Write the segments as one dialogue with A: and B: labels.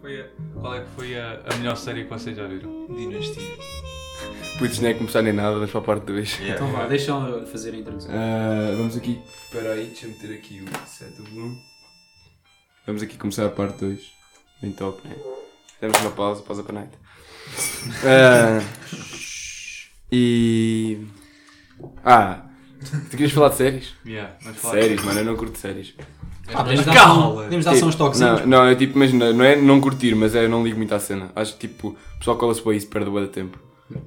A: Qual é que
B: Então
A: foi a, a melhor série que vocês já viram?
C: Dinastia.
D: Putz, nem é começar nem nada, vamos para a parte 2.
C: Yeah.
B: Então vá, deixam eu fazer a introdução.
D: vamos aqui.
C: Espera aí, deixa-me ter aqui o set do volume.
D: Vamos aqui começar a parte 2. Bem top, né? Demos uma pausa, pausa para a night. Ah, e. Ah! Tu querias falar de séries?
A: Yeah, vamos falar.
D: Séries, mano, eu não curto séries.
B: Ah, podemos dar
A: Calma!
B: só- podemos dar só uns toques.
D: Não, não, eu tipo, imagina, não é não curtir, mas é eu não ligo muito à cena. Acho que tipo, o pessoal cola-se para isso, perde o de tempo.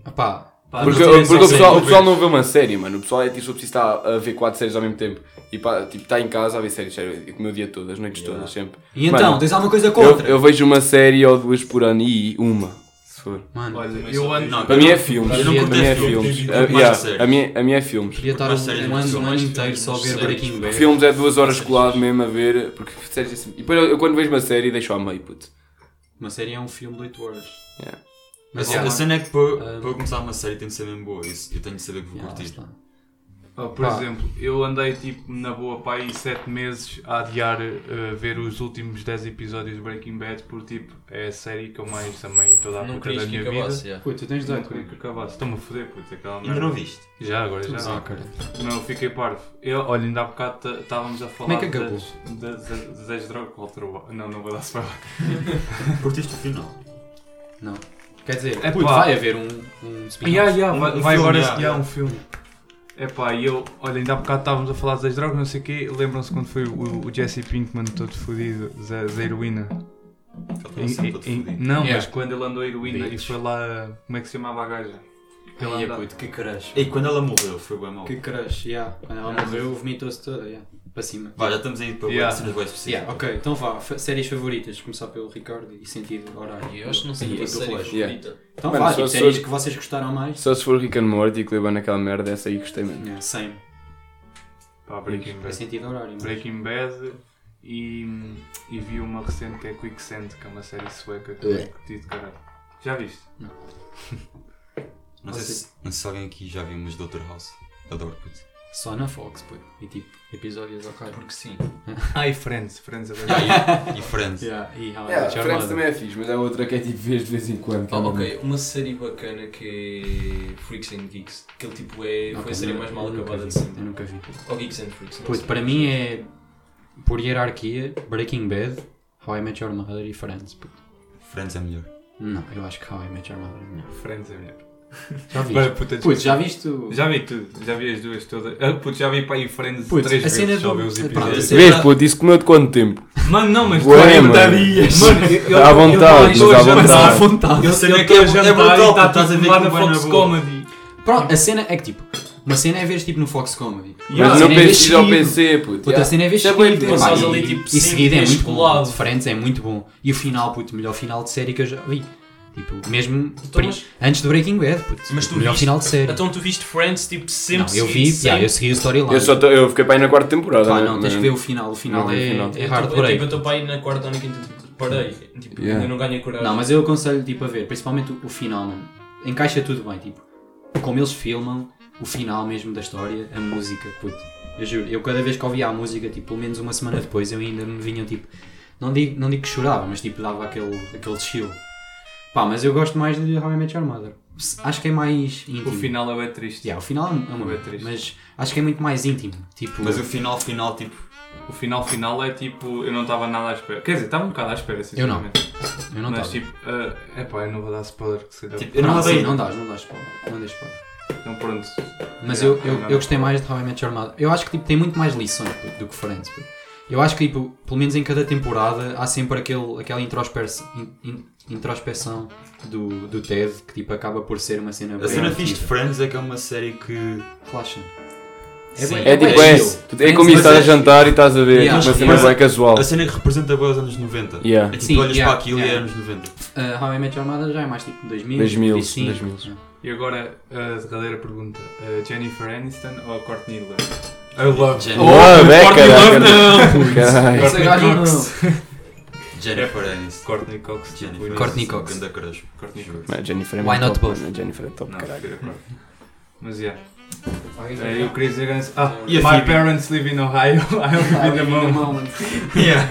B: Opá,
A: Pá,
D: Porque,
A: não sei,
D: porque
A: só
D: o,
A: sei,
D: pessoal, o
A: vou
D: pessoal
A: ver.
D: não vê uma série, mano. O pessoal é tipo, só precisa estar a ver quatro séries ao mesmo tempo. E pá, tipo, está em casa a ver séries, sério, eu comi o dia todo, as noites todas, sempre.
B: e então,
D: Mano,
B: tens alguma coisa
D: eu,
B: contra?
D: eu vejo uma série ou duas por ano e uma, se for.
B: Mano,
A: Olha,
E: Eu
A: eu
E: ando-
A: ando.
D: Para mim é filmes.
E: eu não
D: Para
E: curto
D: mim é
E: filmes,
D: filmes.
E: eu curto
D: Ah,
E: mais
D: yeah,
E: séries.
D: A minha a minha é filmes.
B: podia estar
E: mais séries,
B: um ano,
E: são
B: um ano
E: mais
B: inteiro só a ver
E: séries.
B: Breaking Bad.
D: Filmes é duas horas colado mesmo a ver, porque séries é assim. E depois eu, eu quando vejo uma série deixo a meio, puto.
B: Uma série é um filme de 8 horas.
D: Yeah.
E: Mas
B: é
E: a cena é que para,
B: Ah.
E: para eu começar uma série tem de ser mesmo boa. Isso, eu tenho de saber que vou curtir.
A: Oh, por
B: Pá.
A: exemplo, eu andei tipo na boa pá aí 7 meses a adiar eh, ver os últimos 10 episódios de Breaking Bad porque tipo é a série que eu mais amei em toda a
F: Não
A: puta da
F: querias que
A: minha vida.
F: acabasse, já.
B: Pô, tu tens
A: Não
B: 18,
A: queria que acabasse. Estão-me a foder, putz, aquela merda.
E: Ainda não viste?
A: Já, agora já.
B: Ah, cara.
A: Não, eu fiquei parvo. Eu, olha, ainda há bocado tá- estávamos a falar
B: é que acabou?
A: das, das, das drogas. qual trabalho? Não, não vou dar spoiler.
E: Curtiste o final.
B: Não. Quer dizer,
A: É
B: puto,
A: pá.
B: vai haver um, um spin-off.
A: Yeah, yeah,
E: Um-
A: vai,
E: um
A: vai
E: filme,
A: agora
E: yeah,
A: yeah, um filme. É pá, e eu, olha, ainda há bocado estávamos a falar das drogas, não sei o quê. Lembram-se quando foi o, o Jesse Pinkman todo fodido da da heroína?
E: Ele estava sempre todo
A: Em- em-
E: fodido.
A: não,
F: Yeah.
A: mas quando ele andou a heroína
F: Bitch.
A: e foi lá. Como é que se chamava a gaja? Aquela
F: Ai, é
A: andada.
F: puto, que crush.
E: E quando ela morreu foi bem mal.
B: Que crush, yeah. Quando ela
A: Yeah.
B: morreu, vomitou-se toda, yeah. Para cima.
E: Vá, já estamos aí para
A: Yeah.
E: yeah. cenas bem específicas.
B: Yeah, ok, então vá, fa- séries favoritas, começar pelo Ricardo e sentido horário.
F: E Eu acho que não sei
B: Tipo
F: que
B: do
F: série
B: relógio.
F: favorita.
B: Então
D: Mano,
B: vá,
D: só-
B: tipo,
D: só-
B: séries que vocês gostaram mais.
D: Só se for Rick and Morty que leva naquela merda, essa aí gostei mesmo.
B: Yeah, same.
A: Pá, Breaking
B: É
A: Bad.
B: sentido horário. mas-
A: Breaking Bad. E, e vi uma recente que é Quicksand, que é uma série sueca que eu curti de caralho. Já viste?
E: Não, sei se, não sei se alguém aqui já viu, mas Dr. House. Adoro, puto.
B: Só na Fox, pô. E tipo, episódios ao cara.
F: Porque sim.
A: Ai, Friends, Friends é
E: E, e Friends.
B: Yeah, Ah, e How I Met
D: Yeah,
B: Your
D: Friends
B: Mother.
D: também é fixe, mas é outra que é tipo vês de vez em quando.
F: Ah, ok, uma série bacana que é Freaks and Geeks. Aquele tipo é.
B: Ok,
F: Foi a série
B: eu-
F: mais
B: eu
F: mal
B: nunca
F: acabada
B: vi,
F: de
D: né?
F: sempre.
B: Eu nunca vi.
F: Ou Geeks and Freaks. não
B: Puto,
F: sei.
B: para mim é. Por hierarquia, Breaking Bad, How I Met Your Mother e Friends. puto.
E: Friends é melhor.
B: Não, eu acho que How I Met Your Mother é melhor.
A: Friends é melhor.
B: Já viste?
A: Bem, puta,
B: Puto, já viste o.
A: já vi tudo, já vi as duas todas. Ah, puto, já vi para aí Friends
B: Puto,
A: três
B: a cena
A: vezes, já
B: do-
A: vi os
B: Pronto,
A: episódios.
B: Sim,
D: Vês,
B: tá.
D: puto, isso comeu de quanto tempo?
A: Mano, não, mas
D: Ué,
A: Mano,
D: mano.
A: eu- eu- eu- eu-
D: à vontade, mas à
A: eu-
B: Mas à
D: vontade.
B: vontade.
A: Eu
E: cena
A: sei
E: é
A: que
E: que é-
A: é
E: é
A: jantar
E: brutal,
A: e está
E: puto, estás a
A: tipo
E: ver
A: lá
E: como
A: na
E: vai na
A: Fox
E: boa.
A: Comedy.
B: Pronto, a cena é que tipo. Uma cena é veres tipo no Fox Comedy.
A: Yeah.
D: Mas não
B: Sim, é
D: penses ao
B: seguido.
D: PC, puto.
B: Puta, a cena é ver
D: Isso é bem
B: seguido.
D: tempo.
B: pá,
F: Passares
B: e-
F: ali, tipo,
B: e
F: cinco
B: seguido é
F: dias
B: muito bom.
F: colado.
B: De Friends é muito bom. E o final, puto, o melhor final de série que eu já vi. Tipo, mesmo
F: Então,
B: pri-
F: mas-
B: antes do Breaking Bad, puto.
F: Mas tu
B: o melhor
F: viste-
B: final de série.
F: Então tu viste Friends, tipo, sempre
B: não, eu
F: seguido,
B: vi, yeah,
F: sempre-
B: eu segui o storyline.
D: Eu, só tô- eu fiquei para aí na quarta temporada.
B: Pá,
D: né?
B: não, tens que ver o final. O final
D: Não vi o
B: é,
D: final.
B: é
F: Eu tô-
B: hard
F: eu,
B: break.
F: tipo, eu estou para ir na quarta ou na quinta, tipo, parei. Tipo,
D: Yeah.
F: eu não ganho coragem.
B: Não, mas eu aconselho tipo, a ver, principalmente o, o final, mano. Encaixa tudo bem, tipo, como eles filmam o final mesmo da história, a música, puto. Eu juro, eu cada vez que ouvia a música, tipo, pelo menos uma semana depois, eu ainda me vinha, tipo, não digo, não digo que chorava, mas tipo, dava aquele, aquele chill. Pá, mas eu gosto mais de How I Met Your Mother. Se- Acho que é mais íntimo.
A: O final é bem triste.
B: Yeah, o final é uma
A: É
B: merda,
A: triste.
B: mas acho que é muito mais íntimo. Tipo,
E: Mas o final, final, tipo.
A: O final final é tipo, eu não estava nada à espera. Quer dizer, estava um bocado à espera, sinceramente.
B: eu não
A: Mas
B: dá.
A: tipo, é epá, eu não vou dar spoiler que se calhar.
E: tipo, eu
B: Não,
E: não
B: sim,
E: sei.
B: não dás, não dás, pá. Não dás, pá.
A: Então pronto.
B: Mas
A: Yeah,
B: eu, eu,
A: não.
B: eu gostei mais de How I Met Your Mother. Eu acho que tipo, tem muito mais lições puto, do que Friends. puto. Eu acho que, tipo, pelo menos em cada temporada, há sempre aquele, aquela introspec- in- in- introspeção do, do Ted que tipo, acaba por ser uma cena
E: A cena fixe de Friends é que é uma série que.
B: Relaxa.
F: Sim.
B: bem-
D: É tipo, é,
B: chill.
D: tu- é como
B: Mas
D: isso, estás a
B: é-
D: jantar e estás a ver.
B: Yeah.
D: Mas
B: Mas-
D: cena
E: mas-
D: bem casual.
E: A cena é que representa bem os anos 90.
D: Oh. Yeah.
E: É tipo,
B: Sim,
E: tu olhas
B: yeah,
E: para aquilo
B: yeah.
E: e é anos 90.
B: Uh, How I Met Your Mother já é mais tipo 2000,
D: 2000,
B: 2005.
D: 2000.
B: É.
A: E agora a derradeira pergunta: eh, Jennifer Aniston ou a Courtney Love? I love
E: Jennifer,
D: Boa, bem,
A: Courtney Love
D: caralho. Caralho.
B: Essa gaja é. não.
E: Jennifer Aniston.
A: Courtney Cox. tipo,
E: Jennifer Aniston,
B: Courtney Cox.
E: Ganda crush.
A: Courtney Cox.
D: Mano, Jennifer é
B: Why
D: muito
B: not
D: top,
B: both?
D: mano, Jennifer é top,
A: Não,
D: caralho.
A: prefiro a Courtney. Mas yeah.
B: Ai,
A: Eh, eu queria dizer antes. Ah,
F: E
E: a
A: my
E: Phoebe?
A: parents live in Ohio.
B: Ah,
A: I live in the
B: Ai,
A: moment.
B: moment.
E: Yeah.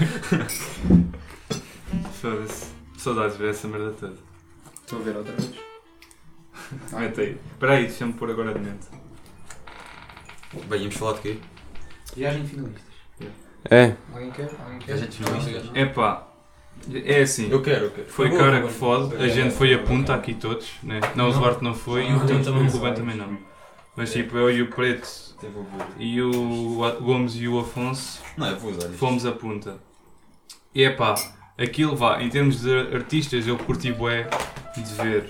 A: Foda-se. Saudades de ver essa merda toda.
B: Estão a ver outra vez?
A: Mete aí. Espera aí, deixa-me pôr agora de mente.
E: Bem, íamos falar de quê?
B: Viagem finalista.
D: É,
F: Alguém quer? Alguém quer?
E: Viagem finalista.
A: Epá, é assim.
E: Eu quero, eu quero.
A: Foi
F: Boa,
A: cara
F: boa.
A: que fode, a
F: Obrigado.
A: gente foi a punta aqui todos, né? Não, o
F: Não.
A: Duarte não foi e
F: Não,
A: o Ruben
F: eu também
A: também,
F: não fui.
A: não. Mas tipo, eu e o Preto
F: Teve o bolo.
A: e o A- Gomes e o Afonso
E: Não,
D: é
E: eu vou usar isto.
A: fomos a punta. E é pá, aquilo vá, em termos de artistas eu curti bué de ver.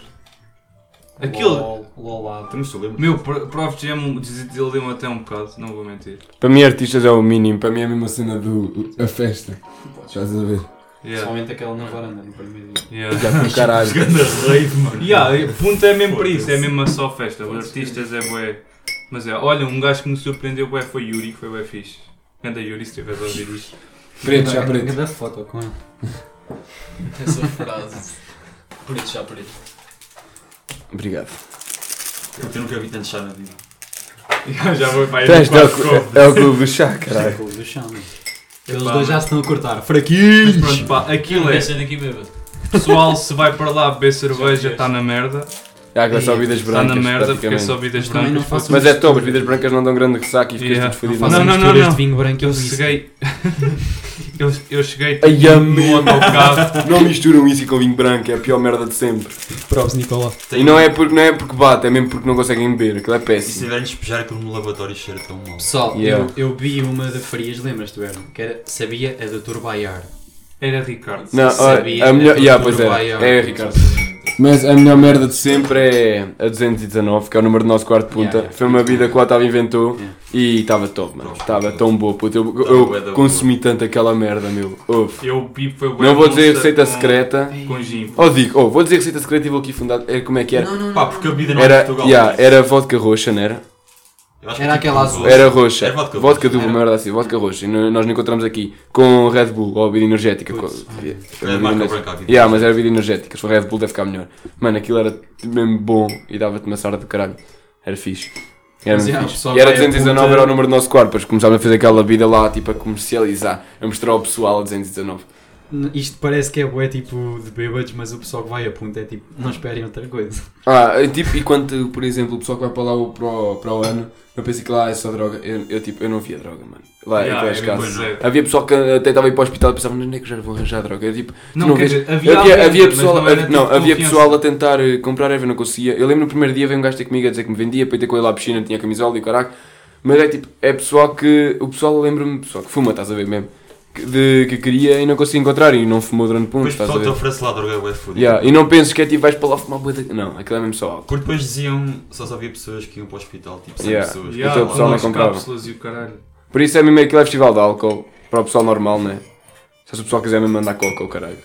A: É, Aquilo,
B: LOL, LOL
E: Temos de lembrar.
A: meu, Pro- Prof Jam desiludiu-me até um bocado, não vou mentir.
D: para mim artistas é o mínimo, para mim é a mesma cena do a festa. Estás a ver?
A: Yeah,
B: Principalmente aquela na varanda, no primeiro dia.
A: yeah.
D: Já com caralho.
E: rave, mano.
A: Yeah, e punta é mesmo para isso, é
E: Foda-se.
A: mesmo a só festa. Os
E: Foda-se.
A: artistas é bué. Mas é, olha, um gajo que me surpreendeu bué foi Yuri, que foi bué fixe. Anda Yuri, se tiveres a ouvir isto.
D: Preto, já preto.
B: Cada foto com ele.
F: Essa frase. Preto já preto.
D: Obrigado.
E: Eu nunca vi tanto chá na vida.
A: Já vou para aí
D: Tu és
A: no
D: do-
A: quarto copo.
D: é o clube do chá, caralho.
B: Caralho. do chão, mano. Eles
A: Epá,
B: dois já se estão a cortar.
A: Mas
B: Fraquinhos!
A: pronto, pá, aquilo é.
F: Essa daqui bêbado.
A: Pessoal, se vai para lá beber cerveja, está na merda.
D: Já que vai só vidas
A: Está
D: brancas.
A: na merda porque é
D: praticamente.
A: só vidas
B: Também não
A: brancas.
B: faço
D: Mas é top, as vidas brancas não dão grande ressaca e ficas
A: Yeah.
D: tudo fodido.
A: Não
B: Façam
A: não, não,
B: misturas
A: não.
B: de vinho branco e
A: Eu
B: whisky.
A: cheguei. eu, eu cheguei
D: Ai,
A: no
D: amor.
A: autocarro.
D: Não misturam isso com vinho branco, é a pior merda de sempre.
B: Props, Nicolau.
D: E não é porque, não é porque bate, é mesmo porque não conseguem beber, aquilo é
E: E se
D: péssimo.
E: tiverem de despejar aquilo no lavatório cheira tão mal.
B: Pessoal,
D: Yeah.
B: eu, eu vi uma da Frias, lembras-te, Berno? Que era, sabia a do Turbaiar.
A: Era Ricardo.
D: Não,
B: Sabia,
D: olha, a melhor.
B: é
D: Yeah,
B: tudo
D: pois é,
B: vai, ó.
D: é, Ricardo. Mas a melhor merda de sempre é a 219, que é o número do nosso quarto de punta.
B: Yeah, yeah.
D: Foi uma vida que o Otávio inventou
B: Yeah.
D: e estava top, mano.
E: Top,
D: Estava
E: top.
D: tão boa, puto. Eu,
E: Tava
D: eu
E: bué da boa.
D: consumi tanto aquela merda, meu. Ouve.
A: Eu pipo foi Tipo, bué
D: Não vou
A: de
D: dizer
A: monstro
D: receita
A: com-
D: secreta.
A: Com gin.
D: Ou digo, ou Oh, vou dizer receita secreta e vou aqui fundar. É, como é que era?
B: Não, não, não.
E: Pá, porque a vida não é
D: Era,
E: de Portugal.
D: yeah,
E: mas-
D: era vodka roxa, não era?
E: Eu acho
B: Era
E: que tipo
B: aquela
E: de
B: azul.
E: roxo.
D: Era roxa.
E: Era vodka
D: vodka
E: roxa.
D: dupla, uma merda assim, vodka roxa. E no- nós encontramos aqui com Red Bull ou bebida energética. com- yeah,
E: Era
D: bebida
E: marca
D: energética.
E: branca É a vida.
D: Yeah, mas é era bebida energética, se for Red Bull deve ficar melhor. Mano, aquilo era mesmo bom e dava-te uma sarda do caralho. Era fixe. Era
B: Mas,
D: mesmo
B: yeah, o
D: É, fixe.
B: pessoal
D: E era
B: vai a
D: 219,
B: ponta-
D: era o número do nosso quarto, depois começámos a fazer aquela vida lá, tipo, a comercializar, a mostrar ao pessoal a 219.
B: Isto parece que é bué tipo de bêbados, mas o pessoal que vai a ponta é tipo, não esperem outra coisa.
D: Ah, é tipo, e quando, por exemplo, o pessoal que vai para lá o- para o, para o ano, eu penso que lá é só droga. Eu, eu, tipo, eu não via droga, mano. Lá
A: Yeah,
D: é
A: é
D: escasso.
A: mesmo zero.
D: Havia pessoal que até estava a ir para o hospital e pensava, onde é que já vão arranjar droga? Eu, tipo,
A: Não,
D: não
A: quer
D: vês-
A: dizer, havia,
D: havia, havia,
A: alguém, mas
D: pessoal,
A: não era
D: havia- não,
A: tipo
D: havia
A: confiança.
D: pessoal a tentar eh, comprar erva, não conseguia. Eu lembro no primeiro dia veio um gajo ter comigo a dizer que me vendia para ir ter com ele à piscina, tinha camisola e o caraca. Mas é tipo, é pessoal que. O pessoal lembra-me, pessoal que fuma, estás a ver mesmo? Que, de- que queria e não conseguia encontrar e não fumou durante pontos,
E: Depois o
D: estás a
E: pessoal te
D: ver?
E: oferece lá droga, é fodido.
D: Yeah, E não penses que é tipo, vais para lá fumar bué da- Não, aquilo é mesmo só álcool.
E: Porque depois diziam, só só havia pessoas que iam para o hospital, tipo 100
D: Yeah.
E: pessoas.
A: Yeah,
D: Então o pessoal
A: com
D: não
A: as
D: comprava.
A: cápsulas e o caralho.
D: Por isso é mesmo aquilo é festival de álcool, para o pessoal normal, né? Se o pessoal quiser mesmo mandar coca, o caralho.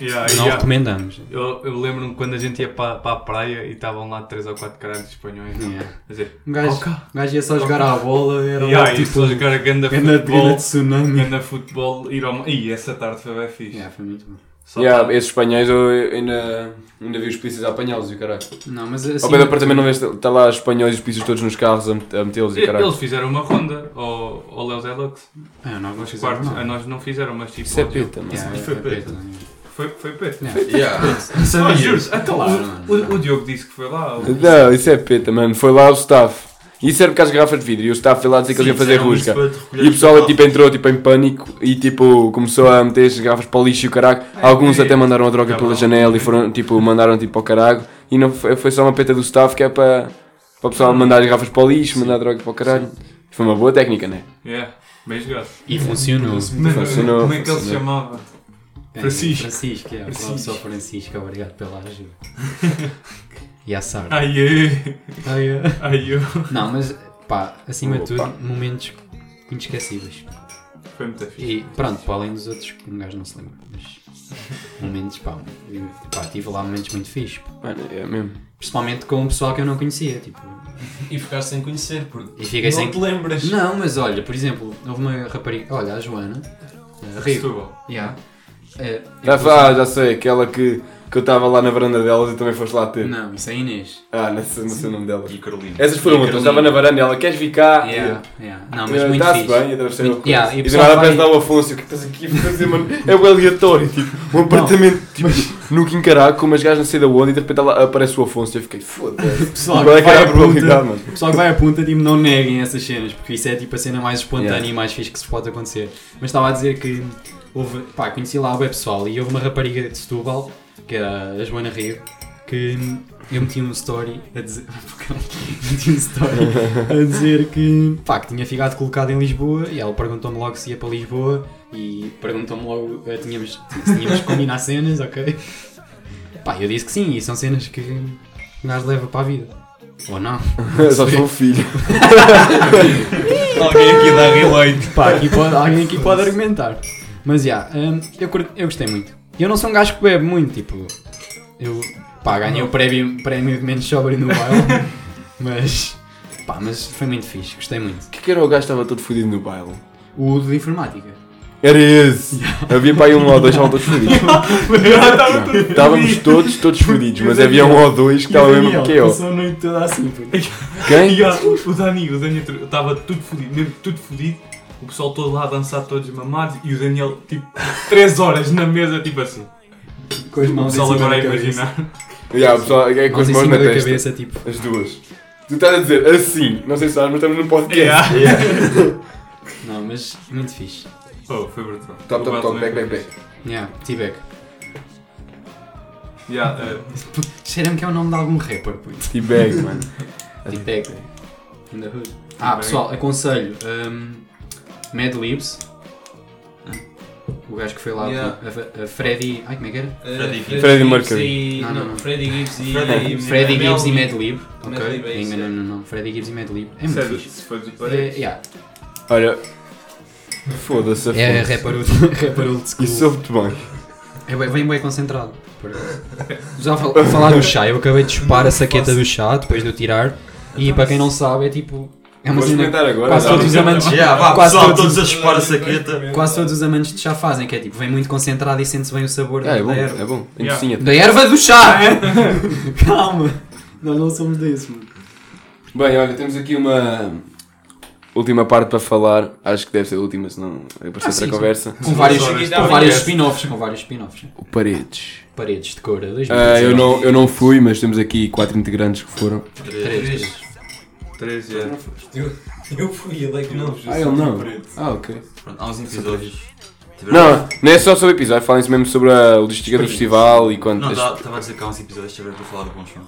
A: Yeah,
B: Não
A: yeah.
B: recomendamos.
A: Eu, eu lembro-me quando a gente ia para, para a praia e estavam lá 3 ou 4 caralhos espanhóis. é?
B: Yeah.
A: A dizer,
B: Um gajo,
A: Coca.
B: um gajo ia só jogar à bola, era
A: yeah,
B: logo, tipo,
A: isso, os caras que anda
B: grande
A: futebol,
B: de tsunami.
A: anda futebol, ir ao... Ih, essa tarde foi bem fixe.
B: Yeah, foi muito bom.
A: Só
D: Yeah,
A: tá-
D: esses espanhóis eu eu ainda, ainda vi os polícias a apanhá-los e o caralho.
B: Não, mas assim...
D: Ao pé do apartamento não vês, está lá os espanhóis e os polícias todos nos carros a, met- a metê-los e o caralho.
A: Eles fizeram uma ronda ao, ao Léo Delux.
B: Ah, não, não fizeram
A: Quarto,
B: não.
A: a nós não fizeram, mas tipo.
D: Isso é
A: ao-
D: pita, mano.
B: Yeah,
E: Mas foi
B: é
E: preto.
A: Foi, foi preto.
E: Yeah.
A: Ah, juro-se, até lá.
B: Claro, mano.
A: O, o- o Diogo disse que foi lá. o-
D: Não, isso é pita, mano. Foi lá o staff. Isso era porque as garrafas de vidro e o staff foi lá dizer que eles iam
E: é
D: fazer
E: um
D: rusca. E o pessoal tipo, entrou tipo, em pânico e tipo, começou a meter as garrafas para o lixo e o caralho. Alguns até mandaram a droga pela janela e foram, tipo, mandaram tipo, ao caralho. E não foi, foi só uma peta do staff que é para, para o pessoal mandar as garrafas para o lixo, mandar a droga para o caralho. Foi uma boa técnica, né?
A: Yeah, bem jogado.
B: E funcionou.
A: Mas,
D: Funcionou,
A: como é que ele se
D: funcionou.
A: chamava?
B: É,
A: Francisco.
B: Francisco, é,
A: Francisco.
B: professor Francisco, obrigado pela ajuda. e a Sara. é.
A: Ai, ai, ai, é. ai.
B: Não, mas pá, acima de tudo,
D: Opa.
B: momentos inesquecíveis.
A: Foi muito fixe.
B: E pronto, para além dos outros, que um gajo não se lembra, mas momentos, pá, eu- pá, tive lá momentos muito fixes.
D: Mano, é mesmo.
B: Principalmente com o pessoal que eu não conhecia, tipo.
F: E ficaste sem conhecer, porque
B: E fiquei
F: não
B: sem.
F: te lembras.
B: Não, mas olha, por exemplo, houve uma rapariga, olha, a Joana, a Rio,
A: Setúbal.
B: yeah, eh,
D: Já, fa- já sei, aquela que que eu estava lá na varanda delas e também foste lá ter.
B: Não, isso é Inês.
D: Ah, não sei, não sei o nome delas.
E: E Carolina.
D: Essas
B: E
D: foram
B: a
D: outras, eu
B: Carolina.
D: estava na varanda e ela, queres vir cá?
B: Ah,
D: E eu,
B: Yeah, Eh, yeah. Não, mas muito
D: Está-se
B: fixe.
D: bem, e atravessei
B: Muito-
D: o coisa.
B: yeah, e
D: E
B: o
D: do
B: pessoal
D: nada aparece
B: vai-
D: lá o Afonso, o que é que estás aqui a fazer, mano? É o aleatório, tipo, um apartamento, tipo, no Quincaraco, com umas gajas não sei da onde, e de repente lá aparece o Afonso, e eu fiquei, foda-se.
B: Pessoal,
D: Qual é que
B: vai
D: era a
B: um à pergunta.
D: probabilidade, mano?
B: O pessoal que vai à punta, tipo, não neguem essas cenas, porque isso é tipo a cena mais espontânea e mais fixe que se pode acontecer. Mas estava a dizer que houve, pá, conheci lá a web pessoal e houve uma rapariga de Setúbal, que era a Joana Rio, que hum, eu meti um story a dizer. meti um story a dizer que, pá, que tinha ficado colocado em Lisboa e ela perguntou-me logo se ia para Lisboa e perguntou-me logo eh, tínhamos, se tínhamos que combinar cenas, ok? Pá, eu disse que sim, e são cenas que o gajo leva para a vida. Ou não?
D: Só sou o filho.
E: Alguém aqui dá relate.
B: Pá, aqui pode- alguém aqui pode argumentar. Mas já, hum, eu, curto- eu gostei muito. E Eu não sou um gajo que bebe muito, tipo. Eu pá, ganhei o prémio, prémio de menos sobre no baile. mas. Pá, mas foi muito fixe, gostei muito.
D: O que que era o gajo que estava todo fodido no baile?
B: O de informática.
D: Era esse! Havia para aí um ou dois que estavam todos fodidos. Estávamos todos, todos fodidos, mas havia um ou dois que estavam mesmo que eu.
B: Passou a noite toda assim, puto.
D: Quem?
A: E ah, ó, o Dani, o Daniel estava tudo fodido, mesmo tudo fodido. O pessoal todo lá a dançar, todos mamados. E o Daniel, tipo, 3 horas na mesa, tipo assim.
B: Com as
A: O
B: mãos em
A: pessoal
B: cima
A: agora a
B: da cabeça.
A: imaginar.
D: Yeah, o pessoal, é com
B: Mãos
D: as
B: em
D: mãos
B: cima
D: na
B: da
D: testa.
B: cabeça, tipo.
D: As duas. Tu estás a dizer assim, não sei se sabes, mas estamos num podcast.
A: Yeah.
B: Não, mas muito fixe.
A: Oh, foi brutal.
D: Top, top, top, back,
A: back
D: back, back.
B: Yeah, T-Bag.
A: Yeah, eh,
B: Cheira-me que é o nome de algum rapper, puto.
D: T-bag, mano.
B: T-Bag. In the hood. Ah, pessoal, aconselho. hum, Mad Libs. O gajo que foi lá. tipo,
F: Yeah.
B: A, a- a Freddy. Ai, como é que era?
E: Freddie
F: Eh, Gibbs.
D: Freddie Mercury.
F: E...
B: Não, não, não.
F: Freddy Gibbs e.
E: Freddie-
F: e-
B: Freddy
F: Mel
B: Gibbs e
F: Gibson.
B: Mad Lib.
F: Mad
B: Ok.
F: Lib é isso,
B: Ainda não, não, não. Freddy Gibbs e Mad Lib. É muito fixe.
A: se foi de
B: É, yeah.
D: Olha. Foda-se.
B: é
D: Afonso.
B: rapper old- rapper old school.
D: Isso soube-te bem.
B: É bem- vem bem concentrado. por acaso. Já fal falar do chá, eu acabei de chupar a saqueta do chá depois de eu tirar. E para quem não sabe, é tipo. É uma
D: Vou
B: cena
D: experimentar agora.
B: quase
D: dá.
B: todos os amantes.
D: é
E: Yeah, vá,
B: quase
E: pessoal,
B: todos
E: todos a chupar a saqueta.
B: Quase todos os amantes de chá fazem, que é tipo, vem muito concentrado e sente-se bem o sabor
D: Ah,
B: da
D: é bom,
B: erva. É.
D: é bom.
A: Yeah.
D: Sim, até.
B: Da erva do chá! Calma, nós não somos desses, mano.
D: Bem, olha, temos aqui uma última parte para falar. Acho que deve ser a última, senão é para
B: Ah,
D: outra
B: sim,
D: conversa.
B: Com vários,
A: horas
F: de
B: com vários
F: podcast.
B: spin-offs, com vários spin-offs.
D: O Paredes.
B: Paredes de cor, dois
D: Ah, eu, não, eu não fui, mas temos aqui quatro integrantes que foram.
B: Três.
A: 3, yeah.
F: Eu fui, ele é que não.
D: Ah, ele não. Ah, ok.
E: Pronto, há uns episódios.
D: Não, não é só sobre o episódio, falem-se mesmo sobre a logística do festival e quanto.
E: Não,
D: as-
E: estava a dizer que há uns episódios tiveram para falar do bom chão.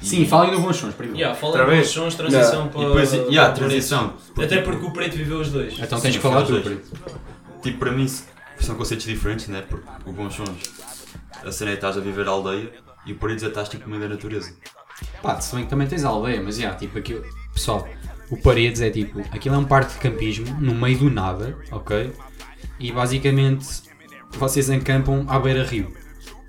B: Sim, falem do Bons Sons primeiro.
F: Yeah, fala
A: Outra
F: dos
A: vez?
F: sons, transição
E: E
F: para.
E: depois, e há a transição.
F: Até porque o preto viveu os dois.
B: Então tens
E: Sim,
B: que falar
E: fala
B: tu,
E: os
B: Paredes.
E: Tipo, para mim se- são conceitos diferentes, né? Porque o bom chão, a cena é que estás a viver a aldeia e o paredes é que estás tipo no meio da natureza.
B: Pá, se bem que também tens a aldeia, mas já, tipo, aquilo. Pessoal, o Paredes é tipo. Aquilo é um parque de campismo, no meio do nada, ok? E basicamente vocês acampam à beira-rio.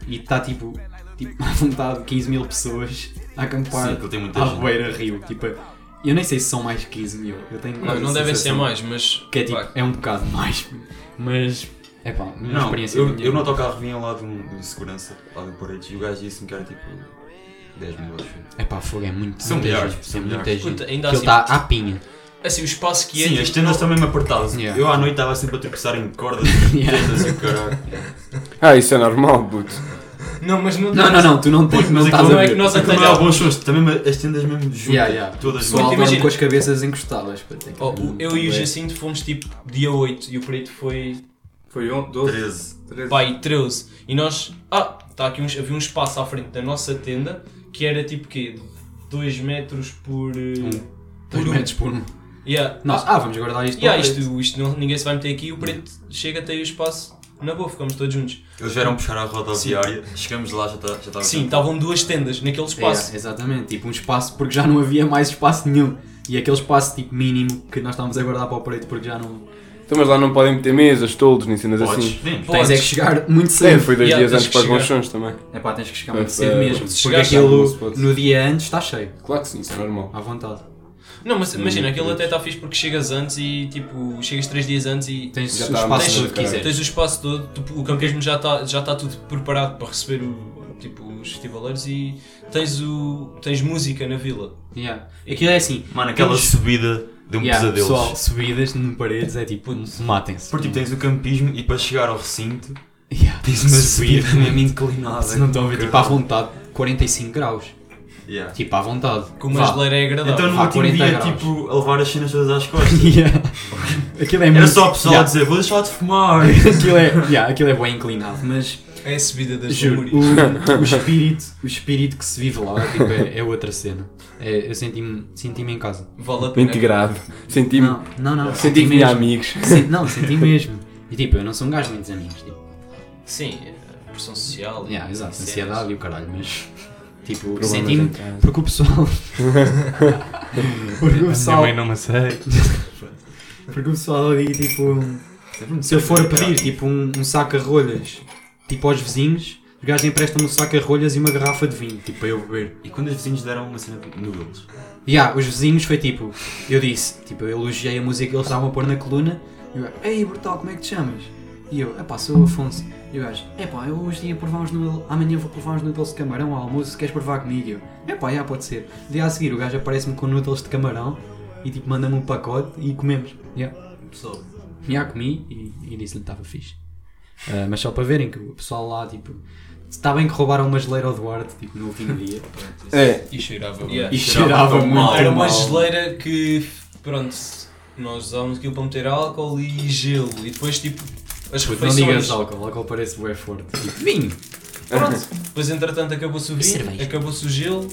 B: E está tipo. Tipo, à vontade, 15 mil pessoas a acampar
E: Sim, que tem muita
B: à
E: gente.
B: beira-rio. Tipo, eu nem sei se são mais de 15 mil. Eu tenho
F: Não,
B: quase
F: não
B: a
F: devem ser
B: sensação
F: mais, mas.
B: Que é tipo,
F: pá,
B: é um bocado mais. Mas. É pá, uma
E: Não,
B: experiência.
E: eu,
B: minha.
E: eu no autocarro vinha lá de um de segurança, lá do Paredes, e o gajo disse-me que era tipo 10 mil euros.
B: É pá, fogo, é muito.
E: São
B: muita
E: milhares,
B: gente,
E: são
B: é muita
E: milhares.
B: gente.
F: Puta, ainda
B: Aquilo
F: assim-
B: está à pinha.
F: Assim, o espaço que é.
E: Sim,
F: tipo,
E: as tendas estão mesmo apertadas.
B: Yeah.
E: Eu à noite estava sempre a tropeçar em cordas,
B: Yeah.
E: tendas e o caralho.
D: Ah, isso é normal, puto.
F: Não, mas não.
B: Não, não, não, tu não, tens,
E: Puto,
B: não
E: mas
B: estás a
E: aquilo
B: ver.
F: não é que nós
E: Aquilo não é
F: atalhamos.
E: bons sons, também as tendas mesmo juntas,
B: Yeah, yeah. Pessoal
E: todas juntas.
F: Puto,
B: dorme
F: imagina-
B: com as cabeças encostadas. pá, tem que-
F: Oh, o- eu e o Jacinto fomos tipo dia 8 e o preto foi.
A: Foi on-
E: tipo,
A: 12,
E: 13.
A: 13.
F: Pai, 13. E nós. Ah, tá aqui uns, havia um espaço à frente da nossa tenda que era tipo quê? 2 metros por. eh, por
B: 2
F: um.
B: metros por um.
F: Yeah.
B: Nós, ah, vamos guardar isto.
F: Yeah,
B: para o preto.
F: isto, isto não, ninguém se vai meter aqui e o preto chega até aí o espaço. Na boa, ficamos todos juntos.
E: Eles vieram puxar a rodoviária, chegamos lá, já tá- já estava.
F: Sim, estavam duas tendas naquele espaço.
B: Yeah, exatamente, tipo um espaço porque já não havia mais espaço nenhum. E aquele espaço tipo mínimo que nós estávamos a guardar para o preto porque já não.
D: Então, mas lá não podem meter mesas, todos, nem cenas
E: Podes,
D: assim.
E: vimos.
F: Podes.
B: Tens é que chegar muito
D: É,
B: cedo.
D: foi dois
F: Yeah,
D: dias
F: tens
D: antes para os
F: que chegar.
D: bolsões também.
B: É pá, tens que chegar muito
D: É,
B: cedo
D: é,
B: mesmo.
D: se
B: Porque
F: chegares,
D: não
B: aquilo
D: se pode.
B: no dia antes está cheio,
D: Claro que sim, isso é normal.
B: à vontade.
F: Não, mas imagina, aquilo até está fixe porque chegas antes e tipo, chegas 3 dias antes e
B: Tens
D: Já
B: o
D: tá
B: espaço
D: amarrado,
B: todo que
D: caralho.
B: quiseres.
F: Tens o espaço todo, tu- o campismo já está já tá tudo preparado para receber o, tipo, os festivaleiros e tens, o, tens música na vila.
B: Yeah. Aquilo é assim.
E: Mano, aquela
B: Temos-
E: subida de um
B: Yeah,
E: pesadelo.
B: Pessoal, subidas em paredes é tipo, matem-se.
E: Porque tipo, tens o campismo e para chegar ao recinto
B: Yeah,
E: tens uma
B: subida.
E: subida mesmo inclinada.
B: Se não estão a ver, tipo, à
E: Caralho.
B: vontade, 45 graus.
E: Yeah.
B: Tipo, à vontade.
F: Como
B: Vá.
F: a geleira é agradável.
E: Então no
B: Há
E: último
B: 40
E: dia,
B: graus.
E: tipo, a levar as cenas todas às costas.
B: Yeah. Aquilo é
E: Era
B: muito-
E: só o pessoal a
B: Yeah.
E: dizer, vou deixar de fumar.
B: Aquilo é, yeah, aquilo é bem inclinado, mas
F: É a subida das
B: juro,
F: memórias.
B: o, o espírito, o espírito que se vive lá tipo, é, é outra cena. É, eu senti-me senti em casa.
F: Vale a pena.
D: Integrado. Tipo, Senti-me.
B: Não, não, não.
D: Senti que tinha
B: mesmo.
D: amigos.
B: Sen- não, senti mesmo. E tipo, eu não sou um gajo de muitos amigos. Tipo,
F: Sim, é, a pressão social.
B: yeah, exato,
F: cenas.
B: ansiedade e o caralho, mas tipo,
D: Problemas
B: senti-me
D: em casa.
B: porque o pessoal.
E: É
B: porque o
A: Minha
B: pessoal.
A: mãe não me aceita.
B: Porque o pessoal ali, tipo. Se eu for pedir, tipo, um, um saco a rolhas, tipo, aos vizinhos, os gajos emprestam-me um saco a rolhas e uma garrafa de vinho, tipo, para eu beber.
E: E quando os vizinhos deram uma cena no Wills?
B: E ah, os vizinhos foi tipo, eu disse, tipo, eu elogiei a música que eles estavam a pôr na coluna, e o gajo, ei, brutal, como é que te chamas? E eu, epá, sou o Afonso. E o gajo, epá, eu hoje ia provar uns noodles, amanhã vou provar uns noodles de camarão ao almoço, queres provar comigo? E eu, epá, já pode ser. Dia a seguir, o gajo aparece-me com noodles de camarão e tipo, manda-me um pacote e comemos. Yeah.
F: Pessoal,
B: Já comi e, e disse-lhe que estava fixe. Ah, mas só para verem que o pessoal lá, tipo, está bem que roubaram uma geleira ao Duarte, tipo, no último dia.
D: É,
F: E cheirava yeah.
B: E cheirava muito mal.
F: Era uma geleira que, pronto, nós usávamos aquilo para meter álcool e gelo. E depois, tipo, as
B: Puto, não digas
F: refeições.
B: álcool, álcool parece bué forte. Tipo, vinho!
F: Pronto, depois entretanto acabou-se o vinho,
B: Cerveja.
F: acabou-se o gelo,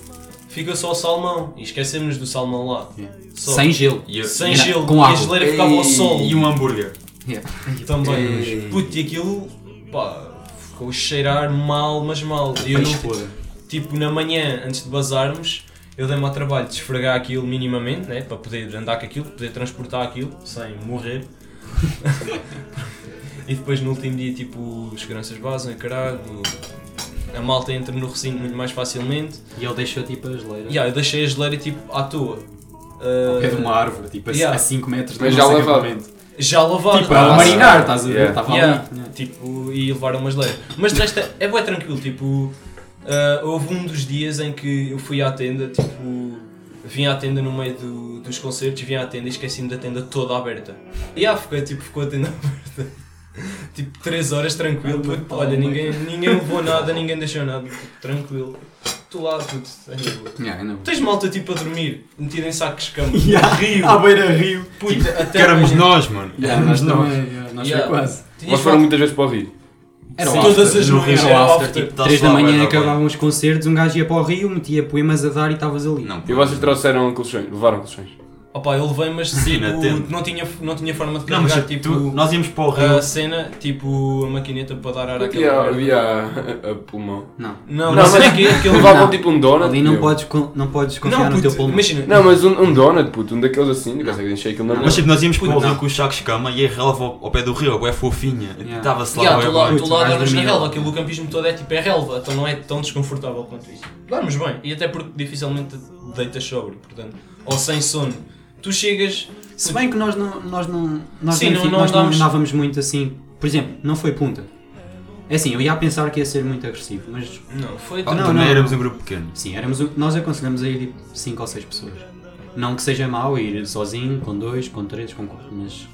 F: ficou só o salmão. E esquecemos do salmão lá. Só.
B: Sem gelo.
E: E eu-
F: Sem
B: Era
F: gelo,
B: com
F: e a
B: água.
F: geleira ficava ao sol.
E: E um hambúrguer.
B: Yeah.
F: Também. Puto, e aquilo, pá, ficou a cheirar mal, mas mal. E eu,
B: Peixe
F: não-
B: podre.
F: tipo, na manhã, antes de bazarmos, eu dei-me ao trabalho de esfregar aquilo minimamente, né? Para poder andar com aquilo, poder transportar aquilo, sem morrer. e depois no último dia, tipo, os seguranças vazam, caralho. A malta entra no recinto muito mais facilmente.
B: E ele deixou tipo a geleira.
F: Yeah, eu deixei a geleira tipo à toa. Ah,
B: Ao pé de uma árvore, tipo,
F: Yeah.
B: a 5 metros do
D: Mas
B: nosso
D: já lavava.
B: acampamento.
F: Já lavada.
B: Tipo, a
F: Ah,
B: marinar, estás a ver?
D: Yeah.
B: Estava
F: Yeah.
B: ali. Yeah.
F: Tipo, e levaram umas leis. Mas de resto é bem tranquilo, tipo, ah, houve um dos dias em que eu fui à tenda, tipo, vim à tenda no meio do- dos concertos, vim à tenda e esqueci-me da tenda toda aberta. E ah, ficou, tipo, ficou a tenda aberta. tipo, 3 horas tranquilo,
B: Ah,
F: puto,
B: pá,
F: olha,
B: mãe.
F: ninguém, ninguém levou nada, ninguém deixou nada, tipo, tranquilo. Estou lá, puto, é na boa.
B: Yeah, não.
F: Tens malta tipo a dormir, metido em sacos de cama,
B: Yeah.
F: rio,
B: À beira rio.
F: puto, até
E: Que éramos
F: amanhã.
E: nós, mano.
B: Yeah, nós também. yeah, Nós foi
F: Yeah.
B: quase.
F: Tinhas
D: Nós foram
F: malta-
D: muitas vezes para o Rio.
B: Era
F: Sim.
B: o
F: Todas as
B: after, né? no
F: noites
B: Rio, era
F: era
B: o after,
F: after,
B: tipo,
E: tá-se
B: 3 da
E: lá, vai,
B: manhã
E: vai,
B: acabavam os concertos, um gajo ia para o rio, metia poemas a dar e estavas ali.
E: Não,
D: E vocês trouxeram colchões, levaram colchões.
F: Opa, eu levei, mas
E: Sim, na tenda.
F: tipo, não, tinha, não tinha forma de
E: Não,
F: carregar
E: mas
F: tipo,
E: tu- nós íamos para o Rio.
F: a cena, tipo a maquineta para dar ar àquele.
D: Havia, havia a, a pulmão.
B: Não.
F: Não, não,
D: Não,
F: sei
D: mas-
F: o quê, aquele.
D: Levavam
B: não.
D: tipo um donut.
B: Ali não
D: meu.
B: podes, con- não podes confiar
F: Não,
B: no teu
F: puto,
B: pulmão.
F: imagina.
D: Não, mas um, um donut, puto, um daqueles assim, não consegues encher aquilo na mão.
E: Mas tipo, nós íamos para o
B: Puta,
E: Rio
B: não.
E: com os sacos de cama e a relva ao, ao pé do Rio, a é fofinha.
B: Yeah.
E: Estava-se lá,
F: Yeah, tu
E: bué
F: lá,
E: bem.
F: tu lá
B: mais
F: dormes na
B: dormir.
F: relva, aquele campismo todo é tipo é relva, então não é tão desconfortável quanto isso. Dormes bem, e até porque dificilmente deitas sobre, portanto, ou sem sono. Tu chegas,
B: Se bem que nós não, nós não, nós
F: Sim,
B: não,
F: não- não
B: nós não
F: andámos-
B: andávamos muito assim. Por exemplo, não foi punta. É assim, eu ia a pensar que ia ser muito agressivo, mas
F: não, foi
E: Ah,
F: tudo.
B: Não,
E: também
B: não.
E: éramos um grupo pequeno.
B: sim, éramos, um- nós aconselhamos a ir 5 ou 6 pessoas. Não que seja mau ir sozinho, com 2, com 3, com 4, mas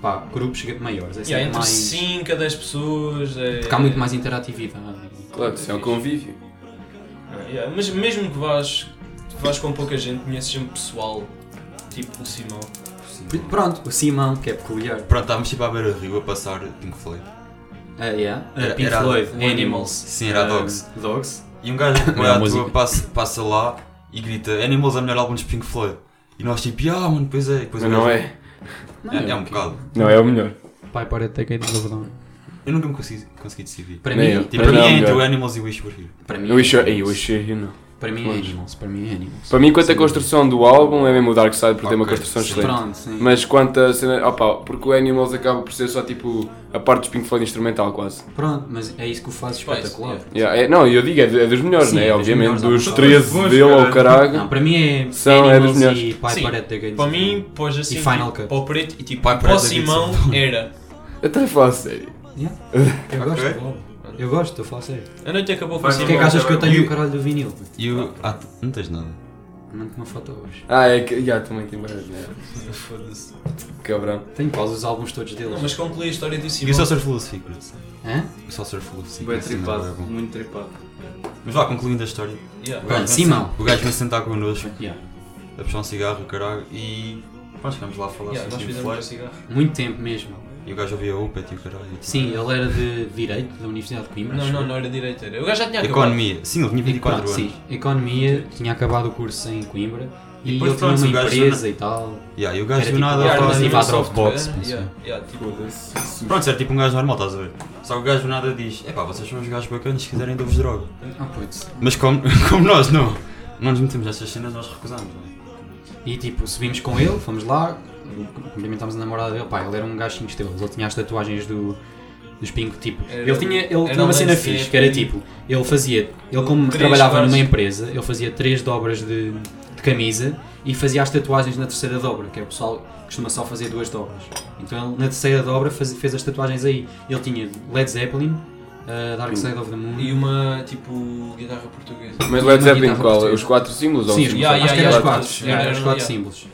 B: pá, grupos maiores. É sempre
F: Yeah, entre
B: mais.
F: 5 a 10 pessoas. É...
B: Porque há muito mais interatividade.
D: Claro, isso é um convívio.
F: É. Yeah, mas mesmo que vás, vás com pouca gente, conheces sempre pessoal, tipo o Simão.
B: Pronto, o Simão, que é peculiar.
E: Pronto, estávamos tipo à beira do Rio a passar Pink Floyd.
B: Ah, yeah.
E: É, Era-
B: Pink
E: era-
B: Floyd,
F: o
B: Animals.
E: Sim, era a
B: Ah,
E: Dogs.
B: Dogs.
E: E um gajo
B: Não é
E: à
B: música.
E: tua passa, passa lá e grita Animals é o melhor álbum de Pink Floyd. E nós tipo, ah mano, pois é. Pois
D: Mas não é.
E: É, é um bocado.
D: Não é o melhor.
B: Pai, para é de ter caído do Down.
E: Eu nunca me consegui, consegui decidir.
B: Para
D: Nem
B: mim,
D: eu.
E: Tipo,
B: para
E: para
D: Mas
E: mim
D: não,
E: é
B: mim,
E: entre
D: melhor. é
E: o Animals e o Wish Were Here.
B: para mim. é
D: Eu wish, eu, eu wish you não.
B: Para mim é
D: Pois.
B: Animals, para mim é Animals.
D: Para mim, quanto à construção do álbum, é mesmo o Dark Side por ter uma
E: Ok,
D: construção
E: sim.
D: excelente.
B: Pronto, sim.
D: Mas quanto a cena. Opa, porque o Animals acaba por ser só tipo a parte dos Pink Floyd instrumental quase.
B: Pronto, mas é isso que o faz espetacular.
D: Yeah, é- não, eu digo, é, de- é dos melhores,
B: Sim,
D: né?
B: é dos
D: Obviamente,
B: melhores
D: dos
B: álbuns.
D: 13
A: Bons,
D: dele ao
A: caralho.
B: Não,
D: caralho.
B: para mim é
D: São- é dos
B: Animals e
D: melhores.
B: Pai
F: Sim,
B: Parete da Guns.
F: Para mim, pôs assim
B: E Final
F: tipo,
B: Cut.
F: para o preto e tipo,
E: Vai
F: para
E: para
F: o
E: a
F: Simão era.
D: Eu até falo a sério.
B: Yeah. Eu gosto,
E: Ok.
B: claro. eu gosto, eu falo sério.
F: A noite acabou com o
A: Vai,
B: O que é que
F: Simão.
A: vai.
B: achas que eu tenho o caralho do vinil?
E: E o. Ah, t- não tens nada.
B: Mando uma foto hoje.
D: Ah, é que. Já, também tem várias, né?
F: Foda-se.
D: Cabrão.
B: Tenho quase os álbuns todos deles.
F: Não, Mas conclui a história do
E: E o
F: Simão.
E: Saucer Full of Secrets?
B: Hã?
E: O Saucer Full of
A: Bem
E: Secrets. também
A: tripado,
E: é bom.
A: muito tripado.
E: Mas vá, concluindo a história.
F: Yeah.
B: Pronto, Simão.
E: O gajo vem sentar connosco,
B: Yeah.
E: a puxar um cigarro, o caralho, e. Nós ficamos lá a falar
F: Yeah, nós
E: sobre Pink
F: fizemos um
E: Floyd.
F: cigarro.
B: Muito tempo mesmo.
E: E o gajo ouvia a Opet e o caralho. e tipo,
B: Sim, ele era de Direito, da Universidade de Coimbra.
F: Não,
B: acho
F: não,
B: eu.
F: não era direito, era. O gajo já tinha acabado.
E: tipo, Economia. Sim, ele tinha 24
B: Pronto,
E: anos.
B: sim. Economia, tinha acabado o curso em Coimbra
E: E
B: e,
E: depois,
B: ele tinha
E: pronto,
B: uma
E: o gajo
B: empresa e tal.
E: Yeah, e
B: Era
E: o gajo do
B: tipo,
E: nada
B: yeah,
E: a falar
B: mas
E: de
B: tipo,
E: Dropbox.
F: Yeah,
E: mas-
F: yeah, yeah, tipo,
E: Pronto, era tipo um gajo normal, estás a ver? Só que o gajo do nada diz: Epá, vocês são uns gajos bacanas, se quiserem dou-vos droga.
B: Ah, putz.
E: Mas como, como nós não, não nos metemos nestas cenas, nós recusamos. não é?
B: E tipo, subimos com ele, fomos lá, cumprimentámos a namorada dele. Pá, ele era um gajo 5 estrelas, ele tinha as tatuagens do, dos pingos, tipo...
F: Era-
B: ele tinha, ele
F: era
B: tinha
F: um
B: uma cena
F: lance
B: fixe,
F: de-
B: que era tipo... Ele fazia... Ele como
F: Três
B: trabalhava
F: partes.
B: numa empresa, ele fazia três dobras de, de camisa e fazia as tatuagens na terceira dobra, que é o pessoal que costuma só fazer duas dobras. Então ele, na terceira dobra, faz- fez as tatuagens aí. Ele tinha Led Zeppelin, uh,
D: Hum.
B: Dark Side of the Moon...
F: E um uma, tipo, guitarra portuguesa.
D: Mas
B: uma
D: Led Zeppelin
B: guitarra
D: qual?
B: portuguesa.
D: Os quatro símbolos? ou
B: Sim,
D: os
B: os-
D: cinco?
F: yeah,
B: acho que
F: yeah,
B: eram os
F: yeah,
B: quatro.
F: yeah,
B: Eram os
F: yeah.
B: quatro símbolos.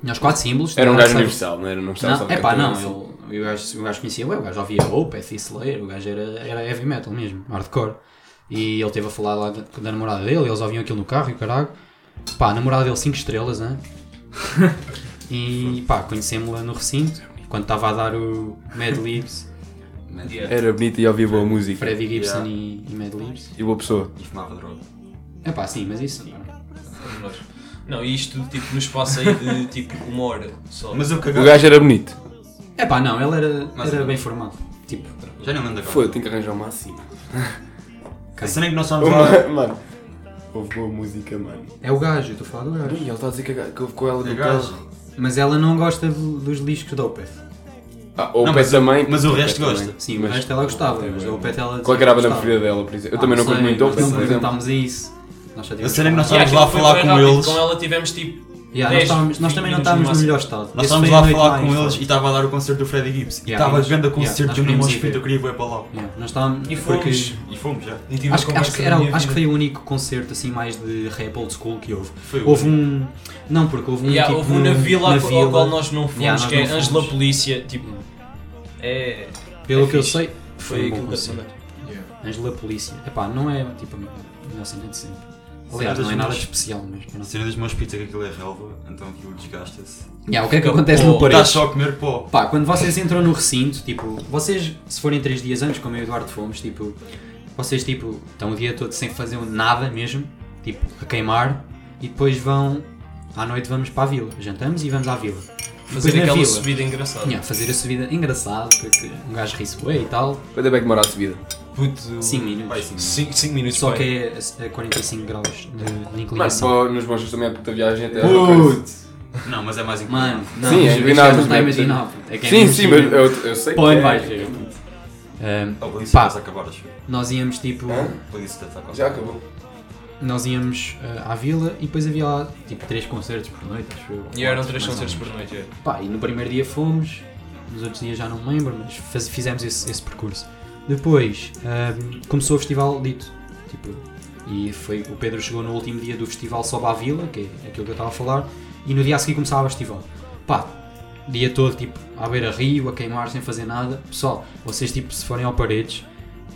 B: Tinha os quatro símbolos.
D: Era um gajo
B: sabe-
D: universal, não era? Não gostava só
B: Não,
D: de
B: é pá,
D: cantar.
B: não. ele- O gajo, o gajo conhecia, ué, o gajo ouvia Opeth e Slayer, o gajo era, era heavy metal mesmo, hardcore. E ele esteve a falar lá da, da namorada dele, eles ouviam aquilo no carro e o caralho. Pá, a namorada dele 5 estrelas, né? e pá, conhecemos-la no recinto, quando estava a dar o Mad Libs,
F: Yeah.
D: Era bonito e ouvia boa música.
B: Freddie Gibson
E: Yeah.
B: e, e Mad Libs.
D: E boa pessoa.
E: E fumava droga.
B: É pá, sim, mas isso.
F: Não, e isto, tipo, no espaço aí de, tipo, uma hora só.
E: Mas eu
D: O
E: cagava.
D: gajo era bonito.
B: É pá, não, ele
E: Mas-
B: era, era bem formado. Tipo,
E: Já nem lembro agora.
D: Foda, tenho que arranjar uma assim.
E: A cena é que nós estávamos lá.
D: Uma- Mano, houve boa música, mano.
B: é o gajo, eu estou a falar do gajo.
D: Ui, ele está a dizer que a- que houve com ela
E: O
D: no
E: É gajo.
D: carro.
B: Mas ela não gosta do- dos discos da Opeth.
D: Ah, ou
E: Não,
D: o pé
E: mas-
D: também.
E: mas o
D: Opeth
E: resto
D: também.
E: gosta.
B: Sim,
D: Mas-
B: mas é ela gostava, mas da Opeth ela
D: Qual que era a banda
B: gostava.
D: preferida dela, por exemplo? Eu
B: Ah,
D: também não
B: sei,
D: curto muito
B: nós
D: Opeth,
B: Não
D: por exemplo.
B: perguntámos a isso. Nós só tivemos
E: A cena é que nós
B: falar.
E: estávamos
F: aquilo
E: lá a
F: foi
E: falar
F: bem
E: com
F: rápido,
E: eles.
F: Com ela tivemos, tipo,
B: Yeah, nós, estávamos- nós também não estávamos no melhor estado.
E: Nós
B: Esse
E: estávamos
B: foi a
E: lá a
B: noite
E: falar com
B: mais
E: eles
B: forte.
E: e estava a dar o concerto do Freddie Gibbs. E
B: Yeah,
E: estava a
B: nós-
E: grande
B: yeah,
E: concerto
B: nós
E: de um
B: queríamos ir
E: mosfito,
B: ver.
E: eu queria ir para lá.
B: Yeah, nós estávamos.
F: E
B: porque-
F: fomos.
E: E fomos já.
F: E
B: Acho,
F: tive uma
B: que- acho,
F: conversa
B: que
F: da
B: era, um-
F: minha
B: acho que
F: vida.
B: foi o único concerto assim mais de rap old school que houve.
E: Foi o
B: Houve um. Não, porque houve um.
F: Yeah,
B: tipo,
F: houve um na vila,
B: na
F: ao- ao
B: vila.
F: qual nós não fomos,
B: Yeah, nós
F: que é
B: não
F: Angela
B: fomos.
F: Polícia, tipo. É.
B: Pelo
F: é
B: que eu
F: fixe.
B: sei, foi
F: Foi
B: um bom
F: aquilo da
B: concerto.
F: semana.
B: Angela Polícia. Epá, não é tipo a melhor cena de sempre. Aliás,
E: das
B: não é nada
E: melhores.
B: de especial mesmo.
E: A
B: não.
E: cena dos mosfitos é que aquilo é relva, então aquilo desgasta-se.
B: Yeah, o que é que
F: Fica
B: acontece
F: pó.
B: no
E: Estás
B: Paredes?
E: só a comer pó.
B: Pá, quando vocês entram no recinto, tipo, vocês, se forem três dias antes, como eu e o Eduardo fomos, tipo, vocês, tipo, estão o dia todo sem fazer um, nada mesmo, tipo, a queimar, e depois vão, à noite vamos para a vila, jantamos e vamos à vila.
F: Fazer
B: Depois na
F: aquela
B: vila.
F: subida engraçada.
B: Yeah, fazer a subida engraçado, porque um gajo ri-se bué e tal,
D: Quanto é que demora a subida?
F: Puto.
B: 5
E: Vai
B: minutos.
E: sim.
F: 5 minutos.
B: Só
F: pai.
B: que é a- a 45 graus de, de
D: Mano,
B: inclinação.
D: só nos monstros também é porque a viagem até.
E: Não, mas é mais incrível.
B: Mano, não,
D: Sim, é
B: isto
D: imaginável,
B: não está
D: mas-
B: imaginável. É que é
D: Sim, sim, mas
B: imaginável.
D: eu, eu sei.
B: Pá, onde
D: que- é.
B: vais ver? Ahm,
E: Oh, Polícia,
B: Pá.
E: estás a acabar, acho eu.
B: nós íamos tipo.
D: É?
E: Polícia, está quase.
D: Já acabou.
B: nós íamos eh, à vila e depois havia lá tipo 3 concertos por noite, acho eu.
F: E eram
B: Quatro,
F: 3
B: mais ou
F: concertos
B: menos.
F: por noite. é.
B: Pá, e no primeiro dia fomos, nos outros dias já não me lembro, mas faz- fizemos esse, esse percurso. Depois ahm, começou o festival dito, tipo, e foi, o Pedro chegou no último dia do festival Sobe à Vila, que é aquilo que eu estava a falar, e no dia a seguir começava o festival. Pá, dia todo tipo à beira rio, a queimar sem fazer nada. Pessoal, vocês tipo se forem ao paredes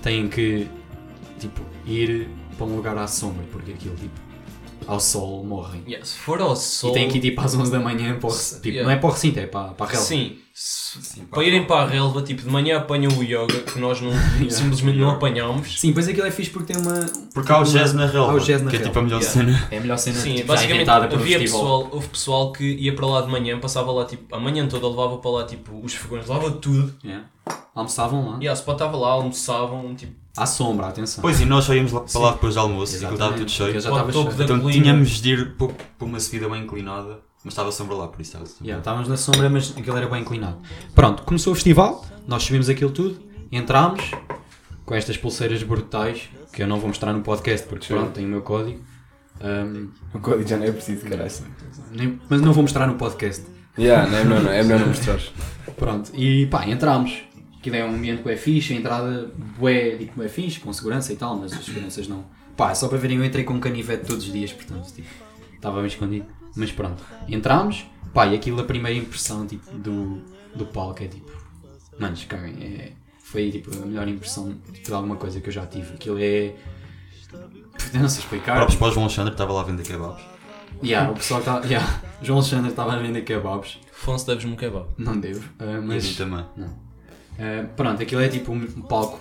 B: têm que tipo ir para um lugar à sombra, porque aquilo tipo ao sol morrem.
F: Yeah, Se for ao sol.
B: E têm que ir tipo às 11 da manhã para o recinto. Tipo,
F: Yeah.
B: Não é para o recinto, é para, para a relva.
F: Sim. se- Para irem para a relva, tipo, de manhã apanham o yoga, que nós não, simplesmente não apanhámos.
B: Sim, pois aquilo é fixe porque tem uma.
E: Porque há o
B: tipo, uma-
E: jazz na relva,
B: Há o jazz na
E: que é
B: relva.
E: tipo a melhor
F: Yeah.
E: cena.
B: É a melhor cena
F: Sim,
B: tipo, já
F: basicamente
B: inventada para o
F: havia
B: festival.
F: pessoal, houve pessoal que ia para lá de manhã, passava lá tipo, a manhã toda, levava para lá tipo os fogões, levava tudo.
B: Yeah. Almoçavam lá.
F: E a Spot estava lá, almoçavam, tipo,
B: à sombra, atenção.
E: Pois, e nós só íamos lá, para lá
B: Sim.
E: depois do almoço, e aquilo estava tudo
B: Exatamente,
E: cheio.
B: porque já
F: Ao
B: estava
F: topo
B: cheio.
F: da
E: Então
F: colina.
E: tínhamos de ir para para uma subida bem inclinada, mas estava sombra lá, por isso estava sombra.
B: Yeah, estávamos na sombra, mas aquilo era bem inclinado. Pronto, começou o festival, nós subimos aquilo tudo, entramos com estas pulseiras brutais, que eu não vou mostrar no podcast porque pronto, tem o meu código. Ahm,
D: O código já não é preciso, caralho.
B: nem- mas não vou mostrar no podcast.
D: Yeah, não é melhor não, é melhor não mostrar.
B: Pronto, e pá, entramos. Aquilo é um ambiente bué fixe, a entrada bué, digo bué fixe, com segurança e tal, mas as seguranças não. Pá, só para verem, eu entrei com um canivete todos os dias, portanto, tipo, estava bem escondido. Mas pronto, entramos, pá, e aquilo, a primeira impressão, tipo, do, do palco é tipo, manos, caguem, é, foi, tipo, a melhor impressão tipo, de alguma coisa que eu já tive. Aquilo é... Eu não sei explicar.
E: Próprios para o João Alexandre, estava lá a vender kebabs.
B: Yeah, o pessoal estava... Yeah, João Alexandre estava a vender kebabs,
F: Afonso, deves-me um kebab.
B: não devo, ah,
E: E a mim
B: mas...
E: também.
B: Não. Uh, pronto, aquilo é tipo um palco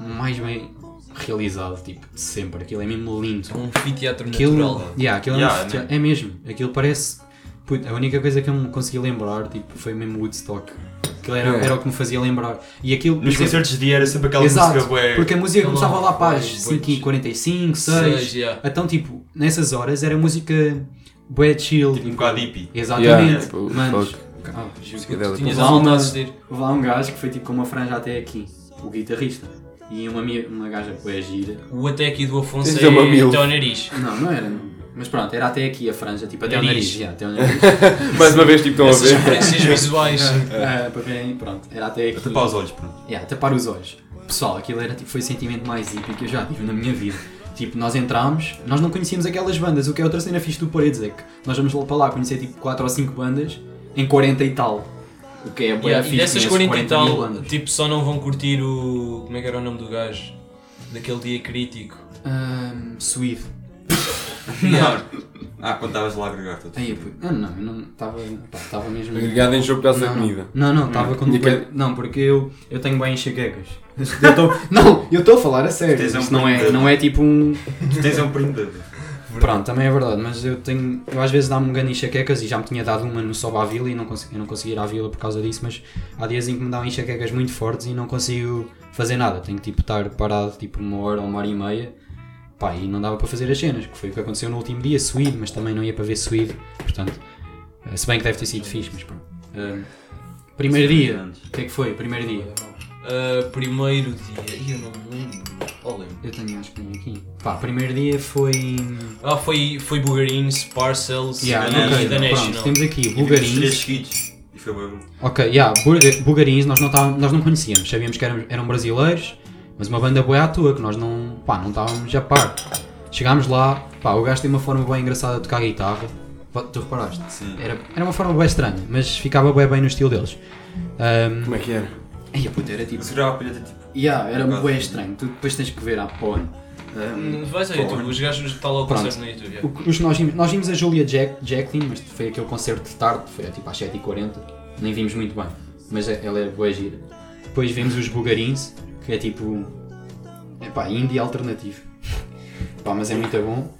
B: mais bem realizado, tipo, de sempre. Aquilo é mesmo lindo.
F: Um anfiteatro
B: Aquilo,
F: natural.
B: yeah, aquilo
E: Yeah,
B: é, um festi- é mesmo. Aquilo parece. Puta, a única coisa que eu me consegui lembrar tipo, foi mesmo Woodstock. Aquilo era,
D: É.
B: era o que me fazia lembrar. E aquilo. por
E: Nos
B: exemplo-
E: concertos de era sempre aquela música
B: Exato,
E: bué.
B: porque a música
F: Aquela-
B: começava lá para as
F: Bué,
B: 5h45, 6.
F: Seis, yeah.
B: Então, tipo, nessas horas era música bué chill.
E: Tipo um
B: tipo,
E: bocado hippie.
D: Yeah,
B: Exatamente.
D: tipo,
B: Manos.
D: fuck.
B: Ah, juro que-
D: Psicodélico.
F: Tinhas
B: Lá
F: a vontade
B: uma-
F: de assistir.
B: Houve lá um gajo que foi tipo com uma franja até aqui, o guitarrista. E uma, mi- uma gaja foi a gira.
F: O até aqui do Afonso
D: Tens
F: é
D: de uma mil.
F: até ao nariz.
B: Não, não era. não. Mas pronto, era até aqui a franja, tipo até o nariz.
F: Nariz.
B: já, até o nariz.
D: Mais uma vez, tipo, estão a
F: Essas
D: ver.
F: referências visuais.
B: Ah, para verem, pronto, era até aqui.
E: Tapar os olhos, pronto.
B: Yeah, tapar os olhos. Pessoal, aquilo era, tipo, foi o sentimento mais hippie que eu já tive na minha vida. Tipo, nós entramos, nós não conhecíamos aquelas bandas, o que é outra cena fixe do Paredes é que nós vamos lá para lá conhecer tipo 4 ou 5 bandas em 40 e tal. O que é bué
F: Yeah,
B: fixe,
F: e dessas
B: conheces
F: 40 e tal,
B: mil bandas.
F: tipo, só não vão curtir o. Como é que era o nome do gajo? Daquele dia crítico.
B: Ahm, Swift.
E: Ah, quando estavas lá a agregar tudo.
B: Aí, pô, eu "Ah, não, eu não estava estava mesmo.
D: Obrigado em jogo por causa da
B: não,
D: comida.
B: Não, não, estava com.
D: E aquele-
B: Não, porque eu, eu tenho bem enxaquecas. Eu tô... não, eu estou a falar a sério.
E: Tens um
B: Isso não é,
E: brinquedo.
B: não é tipo um.
E: Tu tens um primo de.
B: Pronto, também é verdade, mas eu tenho. Eu às vezes dá-me um ganho enxaquecas e já me tinha dado uma no sobe à vila e não consegui, eu não consegui ir à vila por causa disso, mas há dias em que me dão enxaquecas muito fortes e não consigo fazer nada. Tenho que tipo estar parado tipo uma hora ou uma hora e meia. Pá, e não dava para fazer as cenas, que foi o que aconteceu no último dia, suído, mas também não ia para ver suído, portanto. eh, Se bem que deve ter sido fixe, mas pronto. Eh, primeiro dia, o que é que foi? Primeiro dia.
F: Ah, primeiro dia. Ih, eu não me lembro. Oh, lembro.
B: Eu tenho acho que tenho aqui. Pá, primeiro dia foi.
F: Ah, foi, foi Bugarins, Parcels
B: Yeah,
F: e
B: ok,
F: The
B: pronto,
F: National.
B: temos aqui
E: Bugarins. Três
B: Bulgarins.
E: seguidos. E foi bem bom.
B: Ok, yeah, Burga- Bulgarins nós não, távamos- nós não conhecíamos, sabíamos que eram, eram brasileiros, mas uma banda boa à toa, que nós não, pá, não estávamos a par. Chegámos lá, pá, o gajo tem uma forma bem engraçada de tocar guitarra, Pá, tu reparaste?
E: Sim.
B: Era, era uma forma bem estranha, mas ficava bem bem no estilo deles. Ahm,
D: Como é que era?
B: Ai, a puta, era tipo...
E: Segurava a pilheta tipo.
B: Yeah, era
E: Por
B: bem
E: causa-
B: estranho, tu depois tens que ver à porra. Ahm,
F: Hum, Vais ao YouTube, os gajos estão lá o
B: Pronto.
F: concerto no YouTube. yeah.
B: o que- os que nós, vimos, nós vimos a Julia Jack, Jacqueline, mas foi aquele concerto de tarde, foi tipo às 7h40, nem vimos muito bem, mas é- ela é boa gira. Depois vimos os Bugarins, que é tipo. É pá, indie alternativo. Pá, mas é muito bom.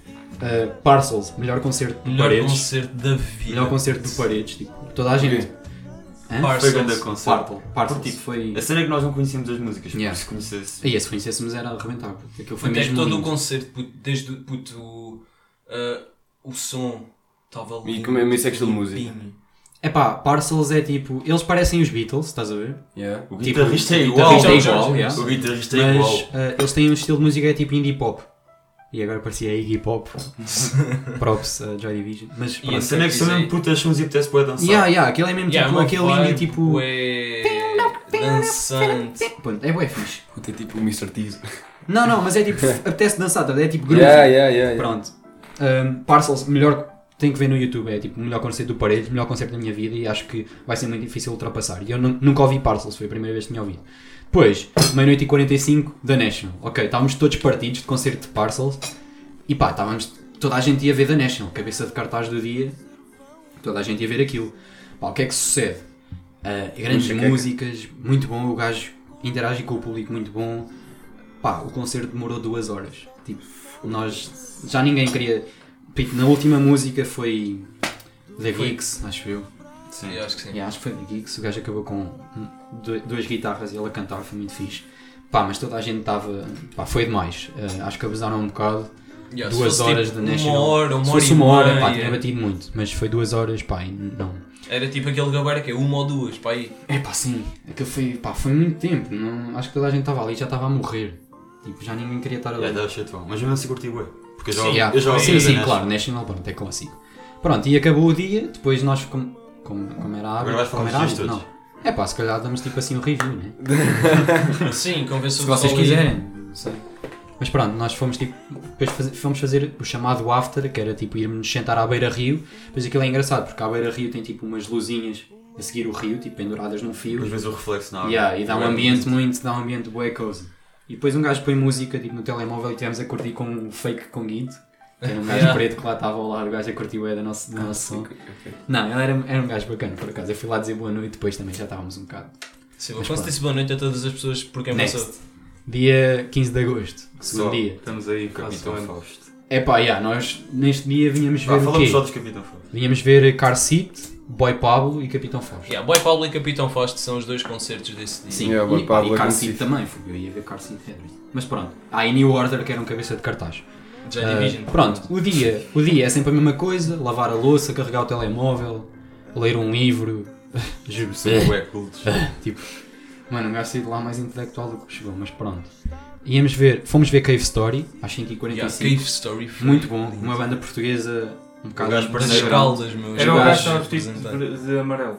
B: Ah, Parcels, melhor concerto do
F: Melhor
B: Paredes.
F: concerto da vida.
B: Melhor concerto do Paredes, tipo, toda a gente. Hã?
E: Foi
F: Parcels.
E: grande concerto.
B: Partle, Partle,
E: Tipo,
B: tipo, foi.
E: A cena é que nós não conhecíamos as músicas,
B: Yeah.
E: porque se conhecesse.
B: Aí, se conhecêssemos era arrebentar, porque aquilo foi
F: Puto, é que
B: mesmo.
F: todo
B: lindo.
F: o concerto, puto, desde o- puto, o, ah, o som estava
D: E
F: lindo,
D: como é- mas isso é estilo de
F: limpinho.
B: É pá, Parcels é tipo. Eles parecem os Beatles, estás a ver?
D: Yeah.
E: O
B: Tipo,
E: guitarrista é
F: o
E: igual.
F: guitarrista é
B: igual, yeah.
E: O guitarrista é
B: Mas
E: igual.
B: eh, eles têm um estilo de música é tipo indie pop. E agora parecia Iggy Pop. É Props a Joy Division. Mas
E: E a
B: pronto.
E: cena é que são mesmo putas sons e apetece para dançar.
B: Yeah, yeah, aquele é mesmo
F: Yeah,
B: tipo
F: uma
B: aquele
F: vibe
B: indie tipo. É...
F: bué dançante.
B: Pronto, é bué fixe.
D: Puta, é tipo o Mr. Tease.
B: Não, não, mas é tipo. apetece dançar, tá? é tipo groove.
D: Yeah, yeah, yeah. yeah.
B: Pronto. Ahm, Parcels, melhor. Tem que ver no YouTube, é tipo o melhor concerto do Paredes, o melhor concerto da minha vida e acho que vai ser muito difícil ultrapassar. E eu nu- nunca ouvi Parcels, foi a primeira vez que tinha ouvido. Depois, meia-noite e 45, da National. Ok, estávamos todos partidos de concerto de Parcels e pá, estávamos. Toda a gente ia ver da National, cabeça de cartaz do dia, toda a gente ia ver aquilo. Pá, o que é que sucede? Ah, grandes
D: Música.
B: músicas, muito bom, o gajo interage com o público muito bom. Pá, o concerto demorou duas horas. Tipo, nós já ninguém queria. Tipo, na última música foi The
F: Foi.
B: Geeks, acho eu.
E: Sim.
F: Eu acho que sim.
B: um, Yeah, acho que foi The Geeks, o gajo acabou com hum, du- duas guitarras e ele a cantar, foi muito fixe. Pá, mas toda a gente estava. Pá, foi demais. Eh, acho que abusaram um bocado.
F: Yeah,
B: duas
F: se fosse,
B: horas
F: tipo,
B: de National.
F: Uma hora, uma
B: Se
F: hora,
B: fosse
F: e é.
B: uma hora,
F: meia,
B: pá, tipo, tinha batido muito. Mas foi duas horas, pá, e não.
F: Era tipo aquele gabarito que é uma ou duas, pá aí.
B: É pá, sim. Aquilo foi, pá, foi muito tempo. Não, acho que toda a gente estava ali e já estava a morrer. Tipo, já ninguém queria estar ali.
E: É, dava cheio de fome. Mas mesmo assim curti bué. Porque eu já
F: Sim,
E: ouvi-
B: Yeah.
E: eu já ouvi
B: Sim,
E: dizer
B: sim,
E: nessa.
B: claro, National, pronto, é clássico. Pronto, e acabou o dia, depois nós, como, como, como era a
E: Agora
B: água,
E: vais falar
B: como era
E: dos
B: hábito,
E: dias
B: não. É pá, se calhar damos tipo assim um review, né?
F: Sim, convenço
B: Se vocês quiserem, não sei. Mas pronto, nós fomos tipo, depois faze- fomos fazer o chamado after, que era tipo irmos sentar à beira-rio, mas aquilo é engraçado, porque à beira-rio tem tipo umas luzinhas a seguir o rio, tipo penduradas num fio,
E: Às vezes o reflexo na água.
B: Yeah, e dá um
E: Bué
B: ambiente
E: bonito.
B: muito, dá um ambiente bué cozy. E depois um gajo põe música tipo, no telemóvel e tivemos a curtir com um fake com Guido, que era um gajo
F: Yeah.
B: preto que lá estava ao lado, o gajo a curtir bué da nossa, do nosso som. Não, ele era, era um gajo bacana, por acaso. Eu fui lá dizer boa noite, depois também já estávamos um bocado.
F: Sim,
B: Mas
F: mas posso
B: pronto.
F: dizer boa noite a todas as pessoas por quem
B: Next.
F: passou.
B: Dia 15 de agosto, segundo
E: Só.
B: dia.
A: Estamos aí, quase um
E: Capitão
A: ano.
E: Fausto.
B: É pá, yeah, nós neste dia vinhamos ver
E: Ah,
B: o
E: falamos
B: quê?
E: só dos Capitão Fausto.
B: Vinhamos ver Car Seat, Boy Pablo e Capitão Fausto.
F: Yeah, Boy Pablo e Capitão Fausto são os dois concertos desse dia.
B: Sim,
D: Yeah,
B: e,
D: Boy
B: pá,
D: Pablo
B: e
D: é
B: Car
D: conhecido.
B: Seat também, fui eu ia ver Car Seat. é. Mas pronto, há ah, e New Order que era um cabeça de cartaz.
F: Joy
B: Ah,
F: Division.
B: pronto, o dia, o dia é sempre a mesma coisa, lavar a louça, carregar o telemóvel, ler um livro, juro
E: São bué cultos.
B: Mano, o gajo saiu de lá mais intelectual do que chegou, mas pronto. Íamos ver, fomos ver Cave Story, às 5h45.
F: Yeah, Cave Story foi
B: Muito bom, uma banda portuguesa um bocado.
E: O gajo
F: das
E: Parece-
F: caldas, meu.
A: Era o gajo
B: Os
A: que
B: gajos
A: estava vestido de- de amarelo.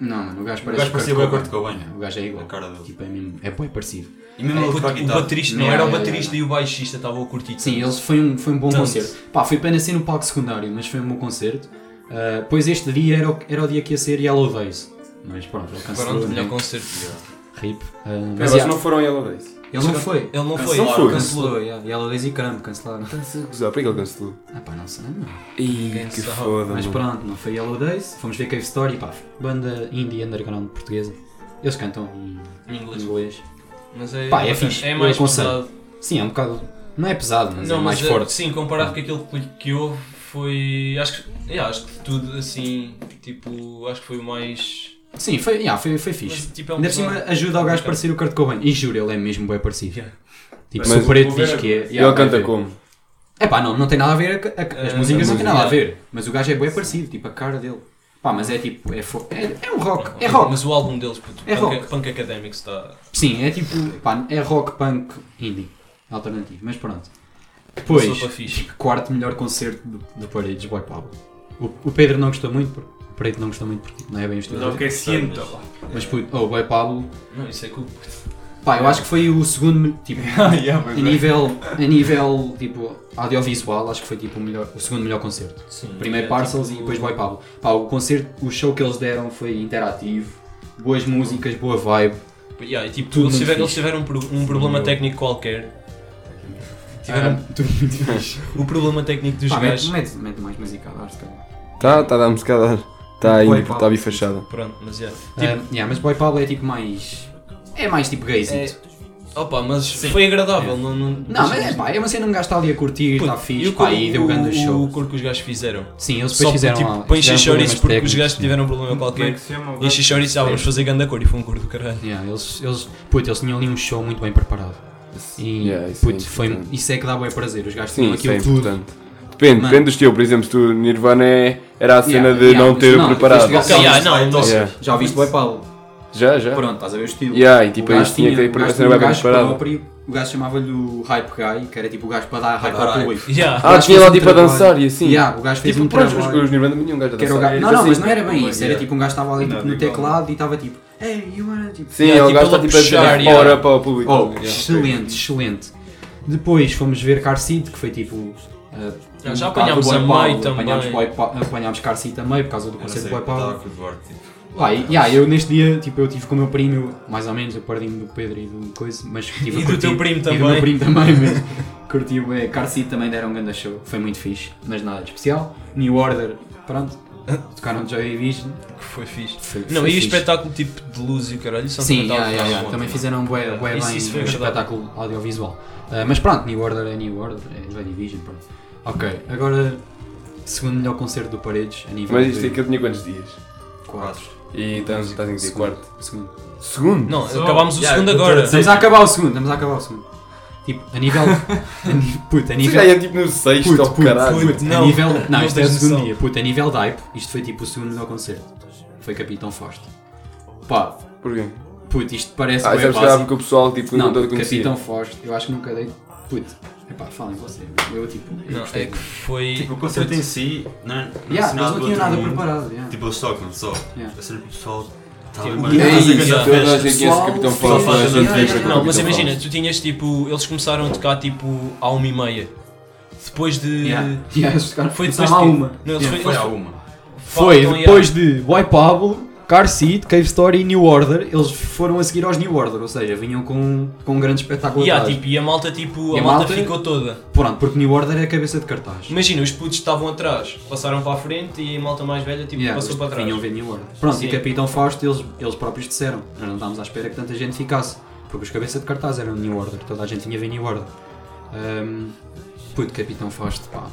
B: Não, mano, o gajo
E: O
B: parece.
E: gajo parecia
B: Kurt
E: bué Kurt Cobain.
B: É, O gajo é igual.
E: A cara dele.
B: Tipo, é, mesmo, é bem parecido.
E: E mesmo ele tocar
F: o
E: guitarra.
F: baterista, não
B: Yeah,
F: era o
B: yeah,
F: baterista e o baixista, estavam a curtir.
B: Sim, eles foi um, foi um bom
E: Então,
F: Tanto.
B: concerto. Pá, foi pena ser no palco secundário, mas foi um bom concerto. Ah, pois este dia era o, era o dia que ia ser Yellow Days. Mas pronto, ele cancelou.
F: Pronto, melhor
B: né?
F: concerto.
B: Rip. Ah, mas,
D: Mas
B: yeah,
D: não foram Yellow Days.
B: ele Ah, não foi.
F: Ele não foi,
D: Não
F: ele
D: foi.
F: cancelou.
B: Cancelou, yeah. Yellow Days e Cramp cancelaram.
D: Estás a gozar, para que ele cancelou?
B: Ah pá, não sei, não.
D: Ih, que
F: sabe.
D: foda,
B: Mas
D: mano.
B: pronto, não foi Yellow Days, fomos ver Cave Story, pá, banda indie underground portuguesa. Eles cantam em
F: Em inglês.
B: inglês.
F: Mas é,
B: Pá, é fixe,
F: é mais
B: eu aconselho.
F: pesado.
B: Sim, é um bocado. Não é pesado, mas é
F: Não,
B: mais
F: mas é-
B: forte.
F: Sim, comparado com aquilo que, que houve, foi. Acho que, yeah, acho que tudo assim, tipo, acho que foi o mais.
B: Sim, foi, yeah, foi, foi fixe.
F: Mas, tipo, é um
B: Ainda por cima
F: pesado.
B: ajuda ao gajo a
F: Ok.
B: parecer o Kurt Cobain. E juro, ele é mesmo bem parecido.
F: Yeah.
B: Tipo, se
D: Mas
B: o preto
A: vou ver
B: diz que é.
D: E
B: yeah,
D: ele canta
B: vai ver.
D: como?
B: É pá, não, não tem nada a ver, a- a- as
F: Eh,
B: músicas É, não
F: a
B: têm
F: música.
B: nada a ver, mas o gajo é bem parecido, tipo a cara dele. Pá, mas é tipo, é, fo- é, é um rock, é rock.
F: Mas o álbum deles, puto,
B: É
F: punk,
B: rock.
F: punk Academics está.
B: Sim, é tipo, pá, é rock, punk, indie, alternativo, mas pronto. Depois,
F: sopa fixe.
B: quarto melhor concerto do, do Paredes, Boy Pablo. O, o Pedro não gostou muito, porque, o Preto não gostou muito porque tipo, não é bem o estilo
A: Não
B: dele.
A: que é ciento.
B: Mas puto, oh, o Boy Pablo,
F: Não, isso é culpa.
B: pá, eu acho que foi o segundo, me- tipo, a nível, a nível, tipo, audiovisual, acho que foi tipo o, melhor, o segundo melhor concerto.
F: Sim,
B: Primeiro
F: é,
B: Parcels
F: tipo,
B: e depois Boy Pablo. Pá, o concerto, o show que eles deram foi interativo, boas músicas, boa vibe.
F: Yeah, e, tipo,
B: Tudo
F: eles,
B: muito
F: tiver- eles
B: fixe.
F: tiveram um, pro- um problema técnico qualquer. Tiveram
B: Ah, tudo muito fixe.
F: o problema técnico dos
B: Pá, mete,
F: gajos.
B: mete, mete mais música, acho que é.
D: Tá, tá a dar-me escada. Tá aí,
B: Oi, Paulo.
D: tá bifachada.
F: Pronto, mas yeah. Tipo,
B: Ah, yeah, mas Boy Pablo é tipo mais. É mais tipo gayzito.
F: Opa, mas foi agradável. Não, não,
B: Não, mas é pá, é uma cena que um gajo está ali a curtir,
F: Puto,
B: está
F: e
B: fixe,
F: o
B: pá,
F: cor-
B: e deu um grande
F: o,
B: show.
F: o cor que os gajos fizeram.
B: Sim, eles
F: Só
B: depois fizeram.
F: tipo,
B: lá-
F: põe
B: fizeram problemas
F: xixoris porque os
B: técnicos,
F: gajos
B: sim.
F: tiveram um problema
A: Como é
F: qualquer.
A: que se chama?
F: E xixoris, ah, vamos fazer ganda cor. E foi um cor do caralho.
B: Yeah, eles, eles, puto, eles tinham ali um show muito bem preparado. E
D: Yeah, isso
B: puto,
D: é
B: foi,
D: importante.
B: isso é que dá bem prazer. Os gajos
D: Sim,
B: tinham
D: isso é
B: aquilo tudo.
D: importante. Depende,
B: Mano.
D: depende do estilo. Por exemplo, se tu Nirvana é, era a cena
B: Yeah,
D: de
B: yeah,
D: não ter
B: não,
D: preparado.
B: este gajo-
F: Yeah, não, mas-
D: Yeah.
B: Já viste Boy Pablo?
D: Já, já.
B: Pronto, estás a ver o estilo.
D: Yeah, e tipo,
B: o
D: aí
B: gajo
D: tinha que ter
B: o gajo
D: a cena
B: tinha
D: bem
B: um gajo
D: preparada.
B: próprio, O gajo chamava-lhe o Hype Guy, que era tipo o gajo para dar hype
E: dar
B: ao
E: hype.
B: público.
F: Yeah.
B: O
D: Ah,
B: gajo
D: tinha
B: fez
D: lá
B: um
D: tipo a
B: trabalho.
D: dançar e assim.
B: Yeah, o gajo fez
D: Tipo,
B: um
D: pronto, os,
B: trabalho.
D: os Nirvana tinham um gajo a
B: Que era o
D: dançar.
B: gajo-
D: Eles
B: Não, não,
D: assim-
B: mas não era bem isso. Era tipo um gajo estava ali
A: Não,
B: tipo, no
A: igual.
B: teclado e estava tipo, hey, you wanna. Tipo,
D: Sim,
F: Yeah,
D: é o gajo está
F: tipo, ele
D: tipo a
F: puxar,
D: dizer
F: yeah.
D: fora para o público.
B: Oh,
D: Yeah.
B: excelente, excelente. Depois fomos ver Car Seat, que foi tipo. uh,
F: Já- já
B: um bocado
F: apanhámos
B: do Boy
F: a
B: Paulo,
F: meio também.
B: Apanhámos, Boy Pa- apanhámos Car Seat também por causa do
E: Eu não
B: conceito
E: sei,
B: de Boy
E: eu
B: Paulo.
E: tava com o Duarte, tipo, lá
B: Pá, e-
E: atrás.
B: yeah, eu neste dia, tipo, eu estive com o meu primo, mais ou menos, eu perdi-me do Pedro e do coisa, mas estive
F: E
B: a
F: do
B: curtir.
F: teu primo
B: E do meu
F: também.
B: primo também, mas curti o Car Seat também deram um grande show, foi muito fixe, mas nada de especial. New Order, pronto, tocaram Joy Division.
F: Que foi fixe.
B: Foi-
F: Não,
B: foi
F: e o
B: fixe.
F: espetáculo tipo de luz e o caralho são
B: Sim,
F: espetáculos
B: yeah, yeah,
F: que
B: yeah.
F: são
B: também
F: bons.
B: fizeram um bué,
F: Yeah.
B: bué
F: Isso-
B: bem
F: isso foi
B: um
F: verdade.
B: espetáculo audiovisual. Ah, mas pronto, New Order é New Order, é Joy Division, pronto. Ok, agora, segundo melhor concerto do Paredes, a nível
D: Mas isto
B: de
D: é que eu tinha quantos dias?
E: Quatro.
D: E estás estás em que
B: Segundo.
D: quarto?
B: Segundo.
D: Segundo?
F: Não,
A: Só-
F: acabámos o
E: Yeah,
F: segundo
E: eu tô a
F: agora.
E: dizer-
B: Estamos a acabar o segundo, estamos a acabar o segundo. Tipo, a nível. a ni- Puto, a
D: Tu já
B: nível.
D: ia tipo no sexto,
B: Puto,
D: ou
B: puto,
D: caralho.
B: puto,
F: Não,
B: a nível. Não,
F: não
B: isto é o
F: tens
B: segundo
F: noção.
B: dia. Puto, a nível de hype, isto foi tipo o segundo meu concerto. Foi Capitão Fausto. Pá,
D: Porquê?
B: puto, isto parece
D: Ah,
B: bué
D: sabes que
B: básico.
D: era porque o pessoal tipo
B: Não,
D: não todo conhecia.
B: Capitão Fausto, eu acho que nunca dei. Puto, epá, falem vocês. Eu tipo. eu
F: Não,
B: gostei.
F: é que foi.
E: Tipo, o concerto em si não é não
B: Yeah,
E: é
B: eles não
E: do outro
B: tinham nada
E: mundo.
B: preparado. yeah.
E: Tipo, eles tocam só.
B: Yeah.
E: A cena que o pessoal está
F: Tipo,
E: ali,
D: E
E: mas
F: é
E: não sei
F: isso,
E: quem é que
F: toda
E: fez.
D: a gente conhece Capitão
B: pessoal
D: Fausto, toda a
E: faz
D: gente
E: a
D: conhece
E: noite.
F: Não, mas
D: Capitão
F: imagina,
D: Fausto.
F: tu tinhas tipo. Eles começaram a tocar tipo à uma e meia. Depois de.
B: Yeah. Yeah, eles tocaram-
F: eh, Foi
B: começaram à
F: depois de-
B: uma.
F: Não, eles
B: Yeah.
E: Foi
F: eles-
E: a uma.
B: Foi
F: Então,
B: depois de Boy Pablo, Car Seat, Cave Story e New Order. Eles foram a seguir aos New Order, ou seja, vinham com, com um grande espetáculo
F: yeah,
B: atrás.
F: tipo, e a malta tipo.
B: E
F: a
B: a
F: malta
B: malta-
F: ficou toda.
B: Pronto, porque New Order é a cabeça de cartaz.
F: Imagina, os putos estavam atrás, passaram para a frente e a malta mais velha tipo
B: Yeah,
F: passou
B: eles
F: para trás.
B: Vinham ver New Order. Pronto,
F: Sim.
B: e Capitão Fausto, eles, eles próprios disseram. Nós não estávamos à espera que tanta gente ficasse. Porque os cabeça de cartaz eram New Order, toda a gente tinha ver New Order. Ahm, puto, Capitão Fausto, pá.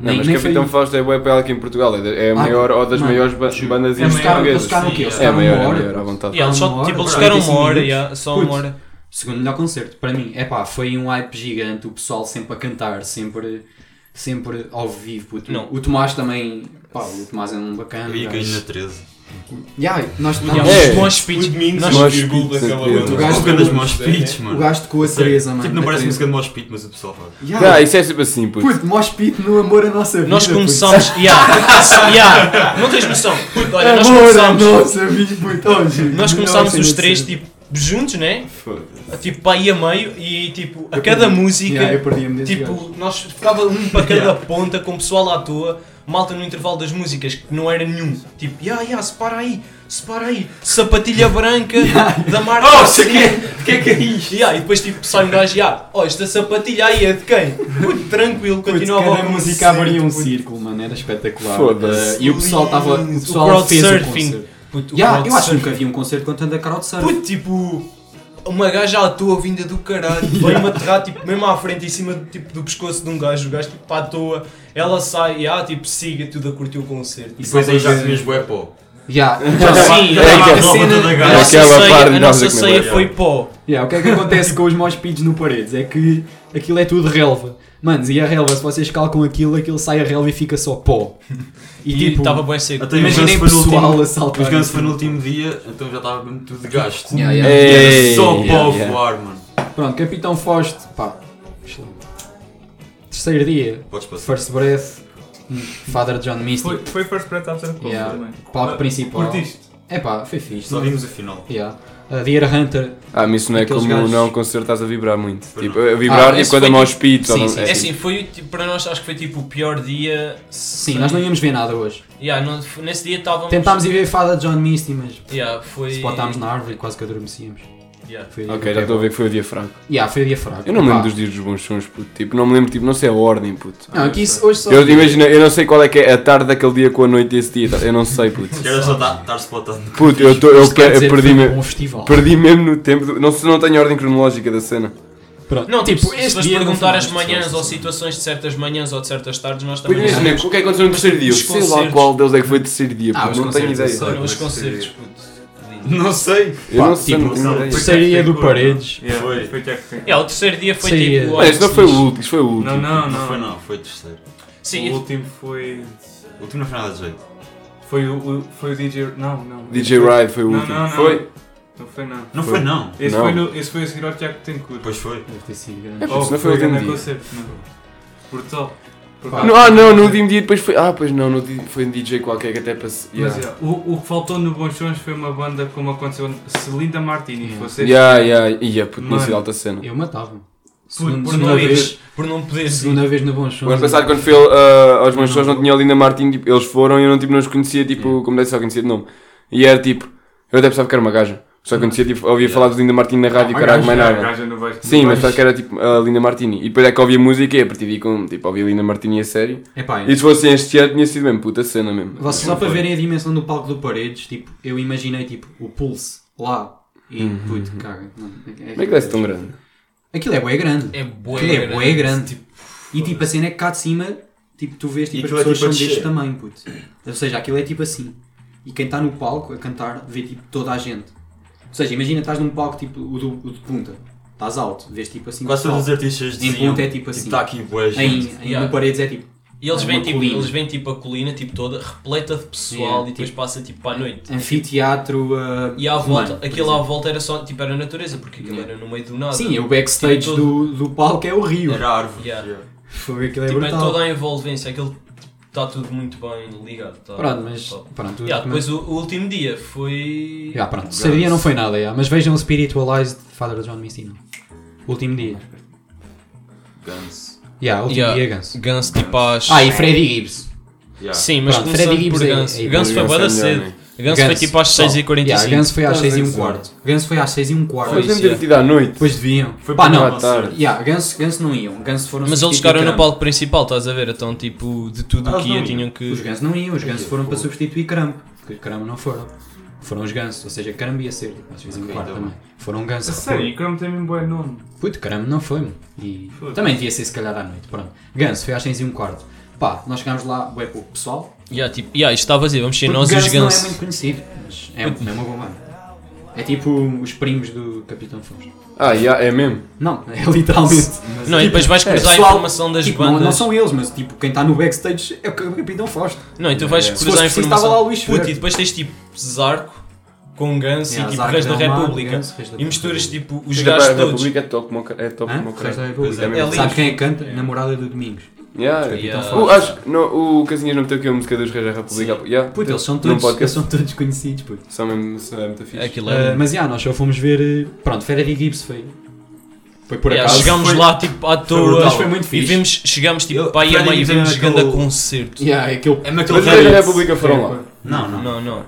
D: Não, mas Capitão Fausto é bué para aqui em Portugal, é da- é a
B: Ah,
D: maior ou das
B: não.
D: maiores ba- bandas
B: Eles tocaram, É eles
D: portuguesas.
B: tocaram o quê?
E: sim,
B: Eles
D: É a
B: tocaram
D: maior,
B: uma
D: é a
B: hora.
D: maior, à vontade.
F: Yeah, eles
B: Uma
F: só,
B: hora,
F: tipo, eles
B: quarenta e
F: tocaram
B: cinco
F: uma hora,
B: minutos.
F: yeah, só
B: Puto.
F: uma hora.
B: Segundo melhor concerto, para mim, é pá, foi um hype gigante, o pessoal sempre a cantar, sempre, sempre ao vivo. puto.
F: Não.
B: O Tomás também, pá, o Tomás é um bacana.
E: Eu ia
B: gajo.
E: cair na 13.
B: Yeah, nós
F: Yeah,
B: nós-
D: É.
F: Os bons pits, nós-
D: Mosh pit, certeza.
B: O gajo
E: Tocando as
B: do-
E: mãos pits,
B: O
E: mano.
B: gajo tocou a
E: Sério,
B: Teresa, mano.
E: Tipo, não
B: a
E: parece
B: Teresa.
E: música de mosh pit, mas o pessoal faz.
B: Yeah.
D: Ah, isso é sempre assim, puto.
B: Puto, mosh pit no amor a nossa vida.
F: Nós
B: puto.
F: começámos. Yeah, yeah, não tens noção. Puto, olha, nós
B: Amor à
F: começámos.
B: nossa vida, puto. Oh, gente,
F: Nós começámos
B: nossa,
F: os
B: nossa.
F: três tipo juntos, né?
D: Foda-se.
F: Tipo pai e a meio e tipo a
B: Eu
F: cada
B: perdi-
F: música,
B: Yeah, eu perdi-me desse gajo.
F: tipo, nós ficava um para cada ponta com o pessoal à toa, malta no intervalo das músicas que não era nenhum. Tipo, ya, ya, separa aí, separa aí, sapatilha branca da marca. Oh, isso aqui o que é que é isto? e depois tipo sai um gajo, ya, ó, esta sapatilha aí é de quem? Muito tranquilo,
B: Puto,
F: continuava
B: cada
F: a
B: música abria um
F: puto.
B: círculo, mano, era espetacular.
D: Foda-se.
B: Eh, E o pessoal estava. O
F: Lindo.
B: pessoal
F: crowd
B: fez o
F: surfing.
B: concerto.
F: Puto, o
B: Yeah,
F: crowd
B: eu acho que
F: surfing.
B: nunca vi um concerto com tanta crowd surf.
F: Puto, tipo, uma gaja à toa vinda do caralho, veio-me aterrar, tipo, mesmo à frente, em cima do, tipo, do pescoço de um gajo, o gajo, tipo, para a toa, ela sai, e ah, tipo, siga tudo a curtir o concerto.
E: E depois
B: só
E: aí
B: para
E: já
B: ver-
E: comias bué pó.
B: Yeah.
F: Sim,
D: é
F: a
D: que-
E: é
F: nossa cena-
E: aquela
F: a nossa
D: parte
F: ceia-
D: de
F: a
D: nós é
F: nossa
D: que me
F: ceia
E: lembro.
F: foi pó.
B: Yeah, o que é que acontece com os mosh pits no paredes? É que aquilo é tudo relva. Manos, e a relva, se vocês calcam aquilo, aquilo sai a relva e fica só pó. E,
F: E
B: tipo,
F: estava bem seco.
E: Até os
B: imaginem
E: Guns foi no
B: pessoal
E: último-
B: a saltar
E: Os Guns
B: em
E: foi
B: cima.
E: no último dia, então já estava mesmo tudo de gasto.
B: Yeah, yeah.
E: E
D: Ei,
E: Era só pó
D: yeah,
E: a
D: yeah.
E: voar, mano.
B: Pronto, Capitão Fausto, pá, excelente. Terceiro dia,
E: Podes passar.
B: First Breath, Father John Mystic,
A: Foi, foi First Breath After Cold
B: Yeah.
A: também.
B: palco principal.
A: Curtiste?
B: É pá, foi fixe.
E: Só vimos o final.
B: Yeah. Uh, The Air Hunter,
D: Ah, mas isso não é
B: Aqueles
D: como
B: gajos-
D: não concerto estás a vibrar muito.
E: Pois
D: Tipo, a vibrar
B: Ah,
D: tipo
B: esse
D: quando é
B: foi
D: mau
B: tipo-
D: espírito. ou
B: sim,
D: não-
B: sim,
D: é
F: É
D: assim.
F: assim, foi, tipo, para nós, acho que foi, tipo, o pior dia.
B: sim, nós não íamos ver nada hoje.
F: Yeah, não- nesse dia estávamos...
B: Tentámos ir ver Father John Misty, mas
F: Yeah, foi...
B: se botámos na árvore e quase que adormecíamos.
F: Yeah.
B: Foi
D: Ok, já estou a ver que foi o dia fraco.
B: Yeah, foi o dia fraco.
D: Eu não me lembro
B: é Pá.
D: dos dias dos bons sons, puto. Tipo, não me lembro, tipo, não sei a ordem, puto.
B: Não, aqui isso- hoje só.
D: Eu imagino, eu não sei qual é que é a tarde daquele dia com a noite desse dia. tá- Eu não sei, puto.
E: Que Era só tá- estar spotando.
D: Puto, eu, tô, eu,
B: Isto quer
D: que- eu
B: dizer que
D: perdi,
B: foi um
D: me-
B: bom festival.
D: perdi mesmo no tempo. do- não, sei- não tenho a ordem cronológica da cena.
B: Pronto.
F: Não, tipo, se
B: este
F: fores
B: dia não
F: perguntar
B: foi
F: as
B: mais
F: manhãs
B: especial,
F: ou
B: sim.
F: situações de certas manhãs ou de certas tardes, nós
D: Pois
F: também não
D: imagina, o que é que aconteceu no terceiro dia? Eu
F: Os
D: sei lá
F: concertos.
D: qual deles é que foi o terceiro dia,
B: Ah,
D: puto.
B: os
D: não tenho
B: concertos,
D: ideia.
B: eu sei.
F: sabemos. Os
C: Como é que seria?
F: concertos, puto.
E: Não sei.
D: Eu não
B: Pá,
D: sei,
B: tipo,
D: não tenho
E: não-
D: ideia.
E: Foi
B: Terceiro dia
C: Jack
B: do
C: Fake Cobra.
B: Paredes.
A: Yeah,
E: Foi.
A: Foi Jack Fink.
F: É, o terceiro dia foi
B: Sim,
F: tipo.
B: é.
D: Mas
F: olha,
D: esse não foi o último, isso foi o último.
A: Não, não,
E: Não foi
A: não.
E: não, foi o terceiro.
F: Sim,
A: O último foi.
E: O último não foi nada de jeito.
A: Foi o, o- foi o DJ. Não, não.
D: DJ Ride foi o
A: Não,
D: último.
A: não, não.
D: Foi?
A: Não foi não.
E: Não
D: Foi.
E: foi não.
A: Esse,
D: Não.
A: Foi, no, esse foi a seguir ao Tiago Tencourt.
E: Depois foi.
B: Deve ter sido grande.
D: É, puto, isso não foi o
A: foi
D: último
A: grande
D: dia.
A: concerto, não. Brutal.
B: Pá.
D: Não, ah, não, no último dia depois foi. Ah, pois não, no dia, foi um DJ qualquer que até passou.
A: Mas,
D: Yeah.
A: yeah, o, o que faltou no Bons Sons foi uma banda como aconteceu Celinda Martini,
B: Yeah.
A: fosse
D: Hum. Yeah, yeah, yeah, puto, tinha
A: Mano.
D: sido alta
F: Oh.
D: cena.
B: Eu matava-me.
A: por,
B: Segunda,
A: por
B: segunda
A: não
B: vez,
A: ires, por não poderes ir.
B: segunda vez no Bom Show.
D: O ano passado, quando fui ah, aos meus shows, não tinha a Linda Martin, tipo, eles foram e eu não, tipo, não os conhecia, tipo, como deve só conhecia de nome. E era tipo, eu até pensava que era uma gaja. Só conhecia, tipo, ouvia falar dos Linda Martin na rádio,
B: uma
D: caralho, mais
A: Yeah, a
D: nada.
A: gaja não vais-
D: Sim,
A: não
D: mas
A: vais-
D: só que era tipo a Linda Martini. E depois é que ouvia música e a partir daí, com, tipo, ouvia a Linda Martini a sério.
B: É pá,
D: E se fosse este ano, tinha sido mesmo puta cena mesmo.
B: vocês só para verem a dimensão do palco do Paredes, tipo, eu imaginei tipo o pulso lá e puto, caga. Mano,
D: Uhum. Como é que deve ser tão grande?
B: Aquilo é bué grande.
F: É boa,
B: Aquilo é bué grande. tipo, E tipo a cena é que cá de cima, tipo, tu vês tipo, as
E: E aquilo é
B: pessoas
E: tipo a
B: são deste
E: descer.
B: tamanho, puto. Ou seja, aquilo é tipo assim. e quem está no palco a cantar vê tipo toda a gente. Ou seja, imagina estás num palco tipo o, do, o de punta, estás alto, vês tipo assim.
E: Quase todos os
B: pessoal.
E: artistas
B: Em
E: diziam,
B: ponto é tipo assim.
E: Está aqui boa gente.
B: Em, em
F: Yeah.
B: no paredes é tipo.
F: E eles
B: Uma
F: vêm, tipo,
B: colina.
F: eles vêm tipo a colina tipo, toda repleta de pessoal
B: Yeah,
F: e depois passa tipo para a noite.
B: Anfiteatro. ah,
F: E à volta,
B: humano, por
F: aquilo
B: exemplo.
F: à volta era só tipo era a natureza, porque aquilo
B: Yeah.
F: era no meio do nada.
B: Sim, o backstage
F: Tipo,
B: do, do palco é o rio.
E: Era árvore.
F: Yeah.
B: Foi aquilo é
F: tipo, é
B: brutal.
F: toda a envolvência, aquilo está tudo muito bem ligado. Tá,
B: Pronto, mas.
F: tá.
B: Pronto,
F: Yeah, depois o, o último dia foi.
B: Já, pronto. Terceiro dia não foi nada, já. mas vejam o Spiritualized de Father John Messina. Último dia.
E: Guns.
B: Já, último
F: Yeah.
B: dia Guns.
F: Guns tipo às.
B: Ah, e Freddy Gibbs.
E: Yeah.
F: Sim, mas
B: Pronto,
F: começando
B: Freddy
F: por
B: Gibbs é-
F: Guns.
B: é-
F: Guns
D: Guns
F: foi bué da
D: é melhor,
F: cedo. Guns foi tipo às
B: Só.
F: 6h45.
B: Yeah, Guns foi às
D: Estás
B: 6
D: a
B: e um
D: dizer.
B: quarto. Guns foi às 6 e um quarto.
D: Mas
F: isso,
D: devemos ter
F: yeah.
D: tido à noite.
B: Depois deviam.
E: Foi
B: Pá,
E: para
B: não.
E: uma tarde.
B: Yeah, Guns, Guns não iam. Guns foram
F: Mas eles
B: substituir
F: chegaram no
B: Crumb.
F: palco principal, estás a ver? Então, tipo, de tudo o
E: Eles
F: que
E: não
F: ia
E: iam.
F: tinham que.
B: Os Guns não iam, os Guns foram para substituir Cramp. Porque Cramp não foram. Foram os Guns, ou seja, Cramp ia ser. Às vezes um
E: Ok,
B: quarto
E: então.
B: também. Foram Guns.
A: A sério, e Chrome tem mesmo bom nome.
B: Puto, caramba, não foi, mano. E
A: Foi.
B: também devia ser se calhar à noite, pronto. Ganso, foi às 6 e um quarto. Pá, nós chegámos lá, bué pouco pessoal.
F: Yeah, tipo, yeah, isto está vazio, vamos ser
B: Porque
F: nós e os
B: Ganso não
F: Guns.
B: é muito conhecido, mas é, um- é uma boa banda. É tipo os primos do Capitão Fausto.
D: Ah, já, é mesmo.
B: Não, é literalmente.
F: Não, e depois vais
B: É,
F: cruzar
B: pessoal,
F: a informação das
B: tipo, não-
F: bandas.
B: Não, são eles, mas tipo, quem está no backstage é o Capitão Fausto.
F: Não, então vais
B: Se
F: cruzar a
B: fosse preciso,
F: informação.
B: estava lá o Luís
F: Puto,
B: Ferreira.
F: e depois tens tipo Zarco com Guns
B: Yeah,
F: e tipo
B: Zarco,
F: Reis da
B: Del Mar,
F: República.
B: Guns, Reis da
F: E misturas tipo os
D: Sim,
F: gajos
D: a
F: todos.
D: República é top, como ca- é top
B: Hã?
D: como
B: O
D: o
B: resto
D: caralho.
B: da
E: Pois é,
B: República.
E: é
F: lindo.
B: Sabes quem é que canta? Namorada do Domingos.
D: Yeah. é
F: Yeah.
B: então,
D: O, Uh, acho, que não, o Casinhas não meteu aqui a música dos Reis da República. Yeah.
B: Puto, eles são
D: Num
B: todos, eles
D: podcast.
B: são todos conhecidos, puto.
D: São mesmo, são é muito fixe.
F: Aquilo
B: Uh,
F: é.
B: mas já, nós só fomos ver. uh, Pronto, Freddy Gibbs foi. Foi por
F: Yeah,
B: acaso.
F: chegámos
B: foi,
F: lá tipo à toa
B: brutal. Foi muito
F: e
B: fixe.
F: vimos, chegámos tipo
E: Eu-
F: para aí a
E: Freddy
F: meio e
E: Gibbs
F: vimos
E: é
F: grande
E: aquele-
F: concerto.
B: Yeah, é aquele.
E: É mesmo
D: Mas os
E: aquele
D: Reis da
E: rap.
D: República foram lá.
B: Não, não.
F: Não, não.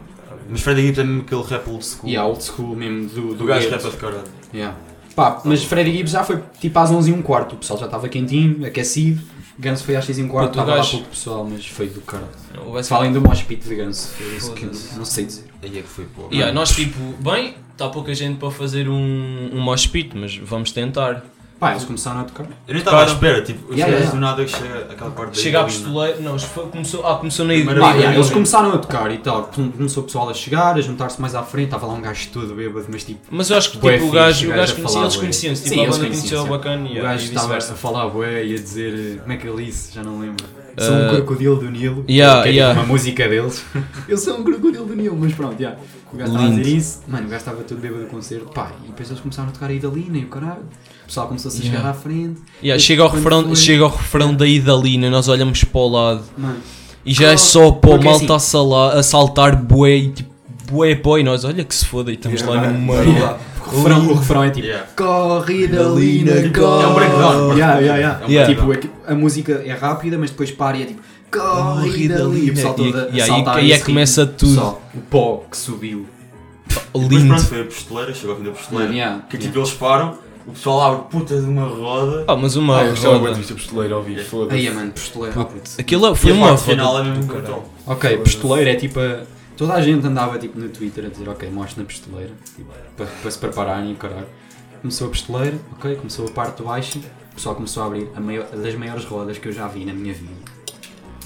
E: Mas Freddy Gibbs é mesmo aquele rap old school.
B: E a old school mesmo do, do
E: Do gajo é
B: gueto.
E: rapa de caralho.
B: Yeah. Pá, mas Freddy Gibbs já foi tipo às 11 h quarto. O pessoal já estava quentinho, aquecido. Ganso foi às 6 h quarto,
F: Puto, o
B: estava lá
F: gajo-
B: pouco pessoal, mas foi do cara.
F: Não, o Wes-
B: Falem do mosh pit de Ganso, foi isso que eu
F: Foda-se.
B: não sei dizer.
E: Aí é que foi, pô.
F: Yeah, nós tipo, bem, está pouca gente para fazer um, um mosh pit, mas vamos tentar.
B: Pá, eles começaram a tocar.
E: Eu nem estava à
F: Tocaram.
E: espera, tipo, os
B: Yeah,
E: gajos
B: yeah.
E: do nada que chega aquela parte da
F: Chega à
E: Italina.
F: pistoleira. Não, isto foi- começou, ah, começou na
E: Primeira
B: Pá, yeah,
E: Maravilha, maravilha.
B: eles começaram a tocar e tal. Começou o pessoal a chegar, a juntar-se mais à frente. Estava lá um gajo todo bêbado, mas tipo.
F: Mas eu acho que
B: Bué
F: tipo, o
B: fixe,
F: gajo,
B: o
F: o
B: gajo a
F: gajo conhecia,
B: falar,
F: eles
B: bué.
F: conheciam-se,
B: Sim,
F: tipo, a
B: eles
F: banda conhecia
B: conheciam-se,
F: o bacana e
B: O
F: yeah,
B: gajo
F: e
B: estava a
F: vice-versa.
B: falar, bué, e a dizer. eh, Como é que ele disse? Já não lembro. Sou
F: Eh,
B: um crocodilo do Nilo.
F: yeah,
B: que é tipo
F: yeah.
B: uma música deles. Eu sou um crocodilo do Nilo, mas pronto, já. O gajo estava a dizer isso. Mano, o gajo estava todo bêbado do concerto. Pá, e depois eles começaram a tocar a Idalina e o caralho. O pessoal começou-se a
F: Yeah.
B: chegar à frente.
F: Yeah,
B: E
F: chega, ao
B: quando
F: refrão,
B: foi-
F: chega ao refrão da Idalina, nós olhamos para o lado
B: Mano,
F: e já é
B: Ah,
F: só pô, o
B: porque
F: mal
B: assim-
F: está a sala- a saltar bué e tipo bué pó e nós olha que se foda e estamos lá no meio.
B: o refrão, o refrão é tipo.
E: Yeah.
B: Corre Idalina, corre.
E: É um breakdown.
B: Yeah, yeah, yeah.
E: É um
F: Yeah.
B: Tipo, é que a música é rápida, mas depois para e é tipo. Corre Idalina. E o pessoal todo a
F: E- e aí-
B: saltar a
F: e aí é
B: esse ritmo.
F: começa tudo.
B: Pessoal, O pó que subiu.
E: Depois
F: Lindo.
E: pronto, foi a pistoleira, chegou ao fim da pistoleira.
B: Mano, yeah, é
E: que
B: yeah.
E: tipo, eles param, o pessoal abre puta de uma roda.
F: Ah, mas uma
D: Ah, eu gostava muito
F: roda.
D: de vista pistoleiro ao vivo, foda-se.
B: Aí, é, mano, pistoleiro.
F: Ah, Aquilo
E: e
F: foi
E: a
F: uma
E: parte
F: roda.
E: final é mesmo brutal.
B: Ok, pistoleiro é tipo a... Toda a gente andava tipo no Twitter a dizer ok, mostra na pistoleira, tipo, para, para se prepararem e o caralho. Começou a pistoleira, ok, começou a parte do baixo, o pessoal começou a abrir a maior- a das maiores rodas que eu já vi na minha vida.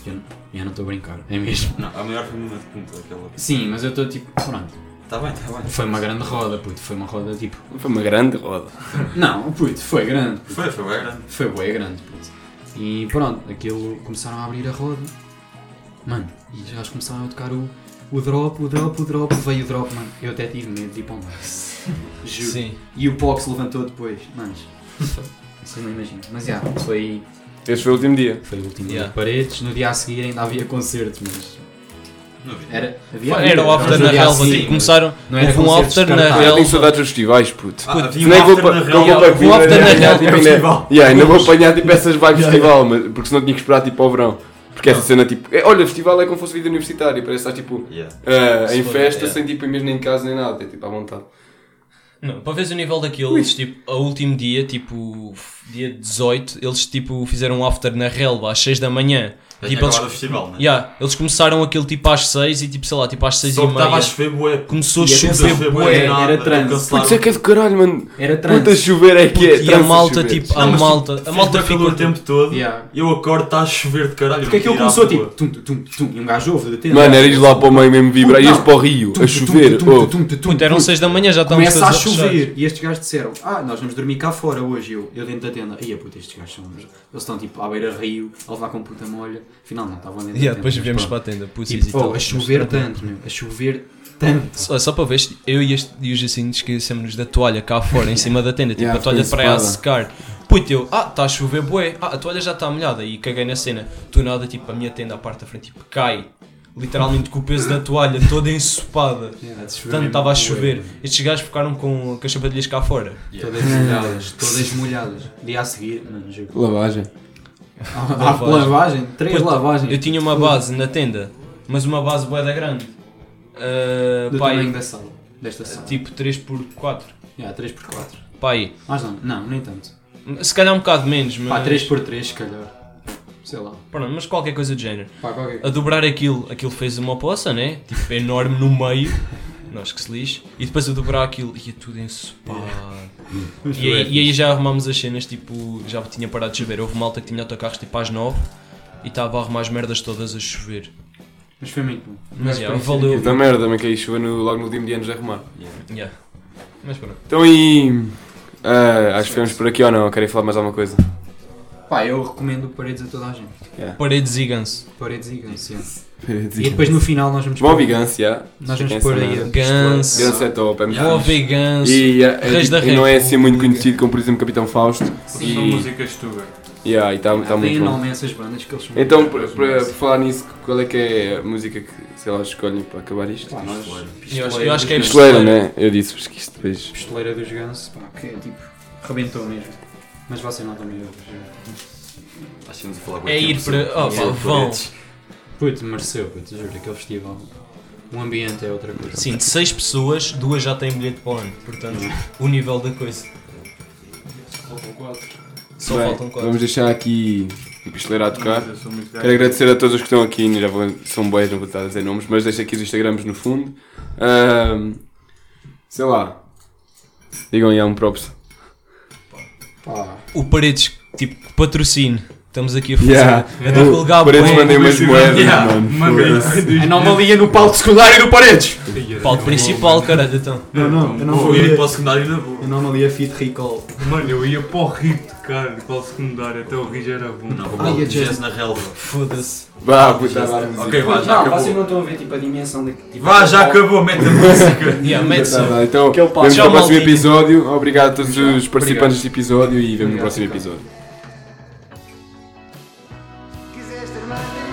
B: Eu, n- eu não estou a brincar, é mesmo?
E: Não, a maior foi uma de puta, aquela.
B: Sim, mas eu estou tipo, pronto,
E: Tá bem, tá bem.
B: foi uma grande roda, puto, foi uma roda tipo...
F: é.
D: Foi uma grande roda.
B: Não, puto, foi grande, puto.
E: Foi, foi bem grande.
B: Foi bué grande, puto. E pronto, aquilo começaram a abrir a roda. Mano, e já eles começaram a tocar o, o drop, o drop, o drop, veio o drop, mano. Eu até tive medo de ir para um lado. Juro.
F: Sim.
B: E o Pox levantou depois, manos. Vocês não imaginam. Mas já, foi,
D: Este foi o último dia.
B: foi o último dia
F: Yeah.
B: de paredes. No dia a seguir ainda havia concertos, mas.
E: Não vi.
B: Era, havia
F: Era o after
B: mas no
F: na
B: dia a
F: relva,
B: seguir,
F: tipo,
B: mas-
F: começaram.
B: Não era
F: Houve um
B: concertos
F: after na
B: descartáveis.
D: Eu tenho
F: relva.
D: saudades dos festivais, puto.
E: Ah, havia
D: Se nem
E: um
D: vou
E: after
D: pa-
E: na
D: não vou
E: real.
D: para
F: Houve um
D: Coimbra,
F: after na
D: ainda-
F: real,
D: ainda- Yeah, ainda vou apanhar tipo essas vibes de festival, mas- porque senão tinha que esperar tipo ao verão. Porque
F: Ah.
D: essa cena tipo. é, olha, festival é como se fosse vida universitária, parece estar tipo.
E: Yeah.
D: ah, em
F: Se for,
D: festa,
F: yeah.
D: sem tipo mesmo nem em casa nem nada, é tipo à vontade.
F: Não, para veres o nível daquilo, eles tipo, ao último dia, tipo, dia 18, eles tipo fizeram um after na relva às 6 da manhã.
E: Até
G: Tipo,
E: acabar
G: eles-
E: o festival, né?
G: Yeah, eles começaram aquilo tipo às 6 e tipo, sei lá, tipo às 6
E: Só
G: e
E: que estava a
G: meia.
E: chover bué.
G: Começou a
B: E atenção,
G: chover
E: chover
G: bué.
E: bué,
B: era
E: nada,
B: trans.
E: cancelaram.
D: Putz, é que é do caralho, mano.
B: Era
D: Quanta
B: trans.
D: chover é que é?
G: E a
D: Trança
G: malta,
D: chover.
G: tipo, a
E: Não, mas
G: malta, a
E: Fez
G: malta
E: bué calor
G: ficou
E: o
F: tipo-
E: tempo todo.
B: Yeah.
E: Eu acordo, está a chover de caralho.
B: Porque
E: eu
B: aquilo
E: vou ir à
B: começou
E: rua.
B: tipo tum, tum, tum, tum, e um gajo ouve tipo, da tenda.
D: Mano, era ir lá para o meio mesmo vibrar. Ias para o rio, a chover. Oh.
G: Puto,
F: um
G: eram 6 da manhã, já estávamos
B: Começa a
G: todos arrochados.
B: chover e estes gajos disseram: Ah, nós vamos dormir cá fora hoje. Eu, eu dentro da tenda, ia puta, estes gajos são. Eles estão tipo à beira do rio, a levar com puta molha. Afinal, não, estavam dentro da
F: Yeah,
B: tenda.
F: depois
B: mas
F: viemos para
B: pronto.
F: a tenda, pussies e
B: Tipo,
F: tal.
B: oh, a chover tanto, meu, a chover tanto.
F: Só, só para ver, eu e, este, e o Jacinto esquecemos-nos da toalha cá fora, em cima da tenda, tipo
D: Yeah,
F: a toalha de
D: foi
F: praia a
D: ensopada.
F: secar. Puto, eu, ah, está a chover, bué, ah, a toalha já está molhada e caguei na cena. Do nada, tipo, a minha tenda, à parte da frente, tipo, cai. Literalmente com o peso da toalha toda ensopada. Tanto
B: é
F: estava a chover. Estes gajos ficaram com, com as chapadilhas cá fora.
B: Todas molhadas, todas molhadas. Dia a seguir, mano, juro.
D: Lavagem.
B: Há há lavagem, três
F: Puto,
B: lavagens.
F: Eu tinha uma base na tenda, mas uma base bué da grande. Ah,
B: do tamanho
F: pai,
B: da sala, desta sala.
F: tipo 3x4.
B: Yeah, 3x4.
F: Pai,
B: Mas não, não, nem tanto.
F: se calhar um bocado menos, mas.
B: Pá, 3x3 se calhar. Sei lá.
F: Pronto, mas qualquer coisa do género.
B: Pá, qualquer
F: A
B: coisa.
F: dobrar aquilo, aquilo fez uma poça, né? Tipo, enorme no meio. Nós que se lixe. E depois a dobrar aquilo, ia tudo ensopado. E, aí- e aí já arrumámos as cenas, tipo, já tinha parado de chover. Houve malta que tinha autocarros tipo às 9 e estava a arrumar as merdas todas a chover.
B: Mas foi muito bom.
F: Mas yeah,
B: parece
F: valeu.
D: Da merda, mas que aí chover no- logo no último dia nos arrumar.
F: Yeah. Mas pronto.
D: Então e. ah, acho que ficamos por aqui ou não? Querem falar mais alguma coisa?
B: Pá, eu recomendo paredes a toda a gente.
F: Paredes e ganso.
B: Paredes e ganso. E depois no final nós vamos
D: Bom vigância, yeah.
B: Nós vamos
D: Quem
B: pôr
D: sabe?
B: aí a
F: Ganso.
D: Ganso é top, é muito
F: Vou
D: fixe.
F: ver ganso.
D: E, yeah, é,
F: Reis
D: tipo,
F: da
D: e não é
F: República.
D: assim muito conhecido como, por exemplo, Capitão Fausto.
A: São músicas tuga.
D: Yeah, e está tá muito
B: Tem
D: bom.
B: nome essas bandas que eles são.
D: Então, para para falar nisso, qual é que é a música que, sei lá, escolhem para acabar isto?
B: Pá, nós-
F: Eu acho, eu acho que é
D: Pistoleira, né? Eu disse-vos que isto depois.
B: Pistoleira dos Ganso, pá, que é tipo, rebentou mesmo. Mas vocês não também.
E: Acho que íamos a falar com
F: É ir para. Oh, pá, vão.
B: Puto, mereceu, puto, juro, aquele festival. O ambiente é outra coisa.
F: Sim, de 6 pessoas, duas já têm bilhete para o ano. Portanto,
D: Uhum.
F: o nível da coisa. Só um
D: Bem,
F: faltam 4.
D: Vamos deixar aqui a pistoleira Tá a tocar.
A: Mas eu sou muito gajo.
D: Quero agradecer a todos os que estão aqui, já vou, são boas, não vou estar a dizer nomes, mas deixo aqui os Instagrams no fundo. Ahm, sei lá. Digam aí, há um props.
B: Pá,
F: O Paredes, tipo, patrocine. Estamos aqui a fazer.
D: Yeah.
F: É de vulgar
D: Paredes
F: bué.
D: mandei umas moedas,
F: Yeah.
D: mano.
A: Mandei-
D: Foda-se.
B: É Anomalia no palco secundário do Paredes!
F: Palco principal, caralho, então.
B: Não, não, eu não
E: Vou ir para o secundário na boa.
B: Anomalia Fit Recall.
A: Mano, eu ia para o Rio de Carne, para o secundário, até o Rio era bom.
E: Não, vou
B: Ai,
E: para o
B: eu
E: 20 na relva.
F: Foda-se.
D: Vá, puta, vá.
E: Ok, vá, já
B: vocês
E: acabou.
B: não estão a ver tipo, a dimensão da. Tipo,
E: Vá, já acabou, mete a música.
F: Yeah, mete
D: Tá,
F: só.
D: tá, Então,
B: Aquele
D: vemos
B: palco.
D: no
F: Tchau,
D: próximo
F: maldinho.
D: episódio. Obrigado a todos os participantes deste episódio e vemos no
B: Obrigado,
D: próximo
B: Ricardo.
D: episódio.
H: Quiseste, irmã,